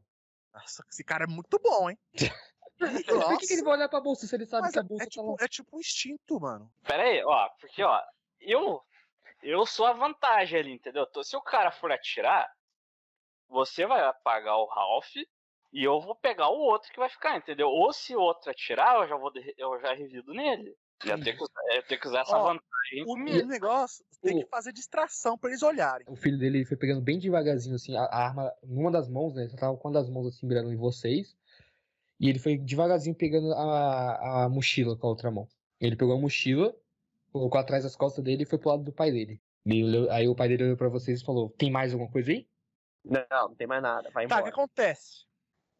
[SPEAKER 4] Nossa, esse cara é muito
[SPEAKER 1] <laughs>
[SPEAKER 4] bom, hein?
[SPEAKER 1] Mas Por que, que ele
[SPEAKER 4] Nossa,
[SPEAKER 1] vai olhar pra bolsa se ele sabe
[SPEAKER 4] mas
[SPEAKER 1] que
[SPEAKER 4] é,
[SPEAKER 1] a bolsa
[SPEAKER 4] é
[SPEAKER 1] tá lá?
[SPEAKER 4] tipo, é tipo um instinto, mano.
[SPEAKER 3] Pera aí, ó, porque ó, eu eu sou a vantagem ali, entendeu? Então, se o cara for atirar, você vai apagar o Ralph e eu vou pegar o outro que vai ficar, entendeu? Ou se o outro atirar, eu já vou de- eu já revido nele. Já tem que usar, eu tenho que usar essa
[SPEAKER 4] Ó,
[SPEAKER 3] vantagem.
[SPEAKER 4] O
[SPEAKER 3] comigo.
[SPEAKER 4] negócio tem que
[SPEAKER 1] o-
[SPEAKER 4] fazer distração pra eles olharem.
[SPEAKER 1] O filho dele foi pegando bem devagarzinho, assim, a, a arma numa das mãos, né? Ele só tava com uma das mãos, assim, mirando em vocês. E ele foi devagarzinho pegando a, a mochila com a outra mão. Ele pegou a mochila, colocou atrás das costas dele e foi pro lado do pai dele. E olhou- aí o pai dele olhou pra vocês e falou: Tem mais alguma coisa aí?
[SPEAKER 2] Não, não tem mais nada, vai
[SPEAKER 4] Tá, o
[SPEAKER 2] embora.
[SPEAKER 4] que acontece?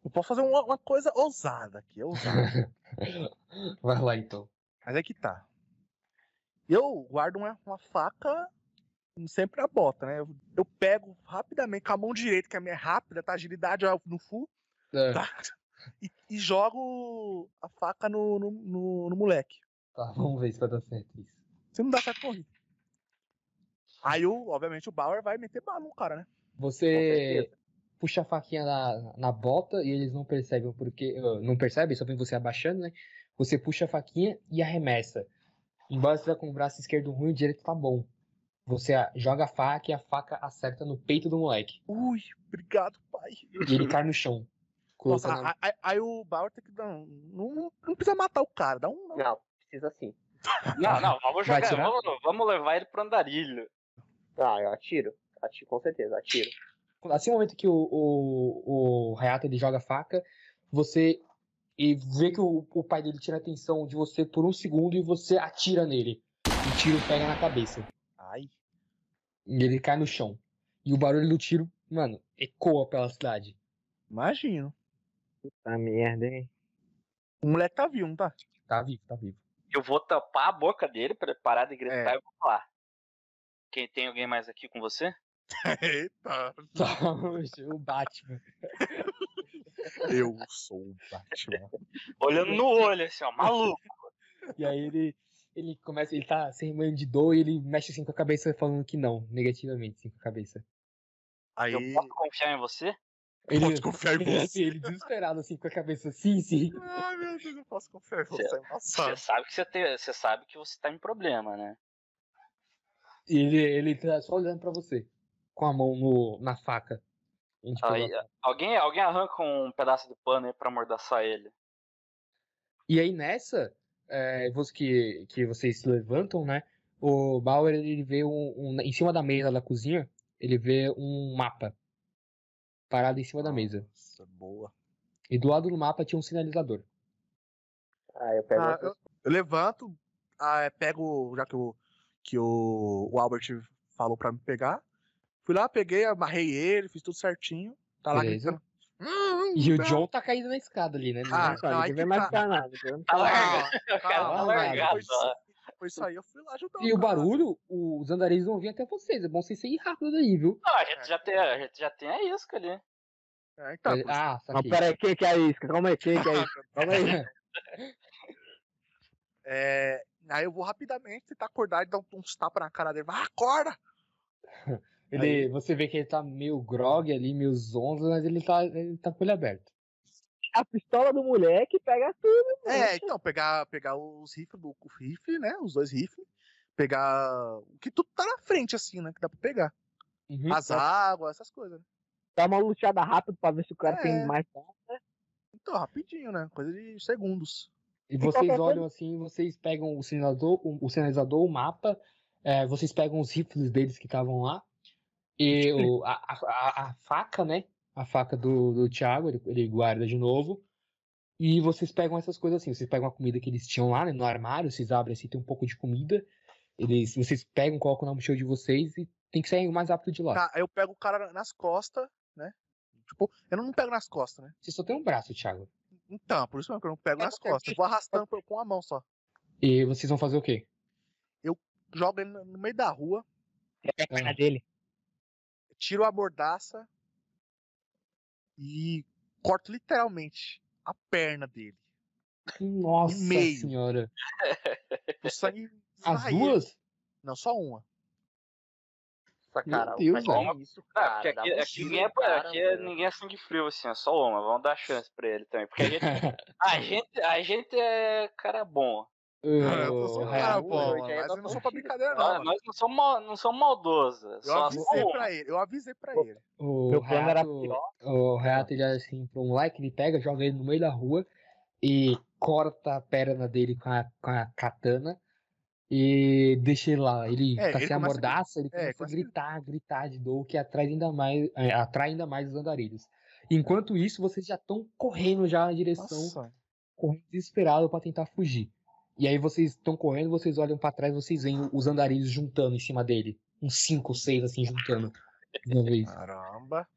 [SPEAKER 4] Eu posso fazer uma, uma coisa ousada aqui,
[SPEAKER 2] <laughs>
[SPEAKER 4] ousada.
[SPEAKER 1] Vai lá então.
[SPEAKER 4] Mas é que tá. Eu guardo uma, uma faca sempre na bota, né? Eu, eu pego rapidamente com a mão direita, que a minha é rápida, tá? Agilidade ó, no full.
[SPEAKER 1] É,
[SPEAKER 4] Tá. E, e jogo a faca no, no, no- no moleque.
[SPEAKER 1] tá, vamos ver se vai dar certo isso.
[SPEAKER 4] Se não dá certo, morri. Aí, o, obviamente, o Bauer vai meter bala no cara, né?
[SPEAKER 1] Você puxa a faquinha na, na bota e eles não percebem porque. ah, Não percebem, só vem você abaixando, né? Você puxa a faquinha e arremessa. Embora você tá com o braço esquerdo ruim, o direito tá bom. Você a- joga a faca e a faca acerta no peito do moleque.
[SPEAKER 4] Ui, obrigado, pai.
[SPEAKER 1] E ele cai no chão.
[SPEAKER 4] Nossa,
[SPEAKER 1] Colocando
[SPEAKER 2] né?
[SPEAKER 4] a- a- aí o Bauer tem que dar um. Não, não- não precisa matar o cara, dá um.
[SPEAKER 2] Não, precisa sim.
[SPEAKER 3] Não, não, vamos
[SPEAKER 1] Vai
[SPEAKER 3] jogar,
[SPEAKER 1] atirar?
[SPEAKER 3] vamos, vamos levar ele pro andarilho.
[SPEAKER 2] Ah, eu atiro. Atiro, com certeza, atiro.
[SPEAKER 1] Assim o momento que o, o, o Hayata ele joga a faca, você e vê que o, o pai dele tira a atenção de você por um segundo e você atira nele. O tiro pega na cabeça.
[SPEAKER 4] Ai.
[SPEAKER 1] E ele cai no chão. E o barulho do tiro, mano, ecoa pela cidade.
[SPEAKER 4] Imagino.
[SPEAKER 6] Tá merda, hein?
[SPEAKER 4] O moleque tá vivo, não tá?
[SPEAKER 1] Tá vivo, tá vivo. <laughs>
[SPEAKER 3] Eu vou tampar a boca dele pra ele parar de gritar
[SPEAKER 4] É.
[SPEAKER 3] e vou falar. Quem tem alguém mais aqui com você?
[SPEAKER 4] <laughs> Eita,
[SPEAKER 1] Tá, hoje, o Batman.
[SPEAKER 4] eu sou o <laughs> Batman.
[SPEAKER 3] Olhando no olho assim, ó,
[SPEAKER 4] Tá
[SPEAKER 3] maluco.
[SPEAKER 1] E aí ele, ele começa, ele tá sem remanho de dor e ele mexe assim com a cabeça falando que não, negativamente, assim com a cabeça.
[SPEAKER 4] Aí.
[SPEAKER 3] Eu posso confiar em você?
[SPEAKER 1] Ele,
[SPEAKER 4] Posso confiar em você.
[SPEAKER 1] assim, <laughs> ele desesperado assim com a cabeça, sim, sim.
[SPEAKER 4] Ai, meu Deus, eu posso confiar em você. É embaçado.
[SPEAKER 3] Você sabe que você tem, você sabe que você tá em problema, né?
[SPEAKER 1] E ele, ele tá só olhando pra você. Com a mão no, na faca. A gente
[SPEAKER 3] Aí,
[SPEAKER 1] pegou a-
[SPEAKER 3] Alguém, alguém arranca um pedaço de pano aí pra amordaçar ele.
[SPEAKER 1] E aí nessa, é, você que, que vocês se levantam, né? O Bauer ele vê um, um- Em cima da mesa da cozinha, ele vê um mapa. Parado em cima da mesa.
[SPEAKER 4] Nossa, boa.
[SPEAKER 1] E do lado do mapa tinha um sinalizador.
[SPEAKER 2] Ah, eu pego.
[SPEAKER 4] Ah,
[SPEAKER 2] uma
[SPEAKER 4] eu, eu levanto, ah, é, pego, já que, o, que o, o Albert falou pra me pegar. Fui lá, peguei, amarrei ele, fiz tudo certinho. Tá lá
[SPEAKER 1] Beleza.
[SPEAKER 4] gritando. "Hum, hum,
[SPEAKER 1] E o
[SPEAKER 4] tá".
[SPEAKER 1] John tá caindo na escada ali, né?
[SPEAKER 4] Ah,
[SPEAKER 6] Só,
[SPEAKER 4] não, aí
[SPEAKER 6] ninguém vai
[SPEAKER 4] que
[SPEAKER 6] mais
[SPEAKER 4] tá.
[SPEAKER 6] ficar nada. entendeu? Não tá
[SPEAKER 3] Tá
[SPEAKER 6] nada.
[SPEAKER 4] Calma,
[SPEAKER 3] O cara
[SPEAKER 4] calma,
[SPEAKER 3] tá
[SPEAKER 1] Calma,
[SPEAKER 3] largado.
[SPEAKER 4] foi isso- Foi isso aí, eu fui lá ajudar
[SPEAKER 1] e o
[SPEAKER 4] cara.
[SPEAKER 1] barulho, o- os andarilhos vão vir até vocês. É bom vocês saírem rápido daí, viu?
[SPEAKER 3] Não, a gente já tem, a gente já tem a isca ali.
[SPEAKER 4] É, então, por
[SPEAKER 1] ah,
[SPEAKER 6] Mas
[SPEAKER 1] saquei.
[SPEAKER 6] peraí, que que é isso? Calma aí, que que é <laughs> isso? Calma aí.
[SPEAKER 4] "Ah, É, aí eu vou rapidamente tentar acordar e dar um- uns tapas na cara dele. Vai, acorda!
[SPEAKER 1] <laughs> Ele, você vê que ele tá meio grog ali, meio zonzo, mas ele tá, ele tá com ele aberto.
[SPEAKER 6] A pistola do moleque pega tudo.
[SPEAKER 4] É, então, pegar, pegar os rifles, do- o rifle, né? Os dois rifles. Pegar o que tudo tá na frente, assim, né? Que dá pra pegar.
[SPEAKER 1] Uhum.
[SPEAKER 4] As águas, essas coisas, né?
[SPEAKER 6] Dá uma luteada rápido pra ver se o cara
[SPEAKER 4] É.
[SPEAKER 6] tem mais.
[SPEAKER 4] Então, rapidinho, né? Coisa de segundos.
[SPEAKER 1] E
[SPEAKER 4] Então,
[SPEAKER 1] vocês olham assim, vocês pegam o sinalizador, o, o sinalizador, o mapa, é, vocês pegam os rifles deles que estavam lá, e o- a, a- a- a faca, né? A faca do, do Thiago, ele, ele guarda de novo. E vocês pegam essas coisas assim, vocês pegam a comida que eles tinham lá né, no armário, vocês abrem assim, tem um pouco de comida. Eles, vocês pegam, colocam na mochila de vocês e tem que sair o mais rápido de lá.
[SPEAKER 4] Tá, aí eu pego o cara nas costas, né? Tipo, eu não pego nas costas, né?
[SPEAKER 1] Você só tem um braço, Thiago.
[SPEAKER 4] Então, por isso mesmo que eu não pego
[SPEAKER 6] É,
[SPEAKER 4] nas
[SPEAKER 6] porque-
[SPEAKER 4] costas. Eu vou arrastando pra- com a mão só.
[SPEAKER 1] E vocês vão fazer o quê?
[SPEAKER 4] Jogo ele no no meio da rua,
[SPEAKER 6] É a
[SPEAKER 1] Ah,
[SPEAKER 6] perna dele.
[SPEAKER 4] tiro a mordaça e corto literalmente a perna dele.
[SPEAKER 1] Nossa
[SPEAKER 4] Um meio.
[SPEAKER 1] senhora.
[SPEAKER 4] O sangue.
[SPEAKER 1] <laughs> As
[SPEAKER 4] esvaía.
[SPEAKER 1] duas?
[SPEAKER 4] Não, só uma.
[SPEAKER 2] Nossa,
[SPEAKER 1] Meu
[SPEAKER 2] cara,
[SPEAKER 1] Deus,
[SPEAKER 2] mas olha
[SPEAKER 3] velho.
[SPEAKER 2] isso,
[SPEAKER 3] Ah,
[SPEAKER 2] cara.
[SPEAKER 3] porque
[SPEAKER 2] dá
[SPEAKER 3] aqui,
[SPEAKER 2] um
[SPEAKER 3] aqui
[SPEAKER 2] tiro
[SPEAKER 3] ninguém, é,
[SPEAKER 2] no cara,
[SPEAKER 3] aqui é-
[SPEAKER 2] mano.
[SPEAKER 3] ninguém é sangue frio assim, é só uma. Vamos dar chance pra ele também. Porque a gente, a gente, a gente é cara bom.
[SPEAKER 1] É,
[SPEAKER 4] Ah, eu tô só um
[SPEAKER 1] Ô,
[SPEAKER 4] cara,
[SPEAKER 1] Raimundo,
[SPEAKER 4] pô,
[SPEAKER 2] eu
[SPEAKER 4] mas
[SPEAKER 2] já ia
[SPEAKER 4] eu
[SPEAKER 2] dar
[SPEAKER 4] não sou
[SPEAKER 2] um
[SPEAKER 4] pra
[SPEAKER 2] tiro.
[SPEAKER 4] brincadeira, não.
[SPEAKER 3] Nós
[SPEAKER 4] mano.
[SPEAKER 3] nós não somos, mal- não somos maldosos. é
[SPEAKER 4] Eu
[SPEAKER 3] Ah, Só
[SPEAKER 4] avisei
[SPEAKER 3] só
[SPEAKER 4] pra ele, eu avisei pra ele.
[SPEAKER 1] O
[SPEAKER 6] Meu plano era
[SPEAKER 1] Reato,
[SPEAKER 6] pior.
[SPEAKER 1] o Reato ele olha assim pra um like, ele pega, joga ele no meio da rua e corta a perna dele com a, com a katana e deixa ele lá. Ele
[SPEAKER 4] É,
[SPEAKER 1] tá
[SPEAKER 4] ele
[SPEAKER 1] sem a
[SPEAKER 4] começa a gri-
[SPEAKER 1] mordaça, ele começa a
[SPEAKER 4] começa a
[SPEAKER 1] gritar, gritar de dor, que atrai ainda mais, é, atrai ainda mais os andarilhos. Enquanto isso, vocês já estão correndo já na direção,
[SPEAKER 4] Nossa.
[SPEAKER 1] correndo desesperado pra tentar fugir. E aí vocês estão correndo, vocês olham pra trás, vocês veem os andarilhos juntando em cima dele. Uns cinco, seis assim juntando de uma vez.
[SPEAKER 4] Caramba.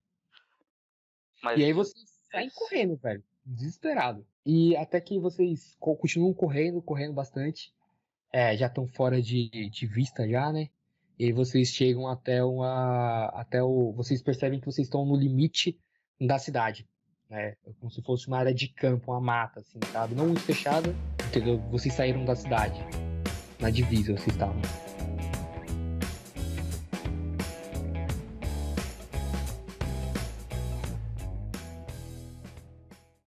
[SPEAKER 3] Mas é
[SPEAKER 1] E aí vocês saem
[SPEAKER 3] Isso.
[SPEAKER 1] correndo, velho. Desesperado. E até que vocês co- continuam correndo, correndo bastante. É, já estão fora de, de vista já, né? E aí vocês chegam até uma. Até o. Vocês percebem que vocês estão no limite da cidade. Né? Como se fosse uma área de campo, uma mata, assim, sabe? Não muito fechada. Entendeu? Vocês saíram da cidade. Na divisa vocês estavam.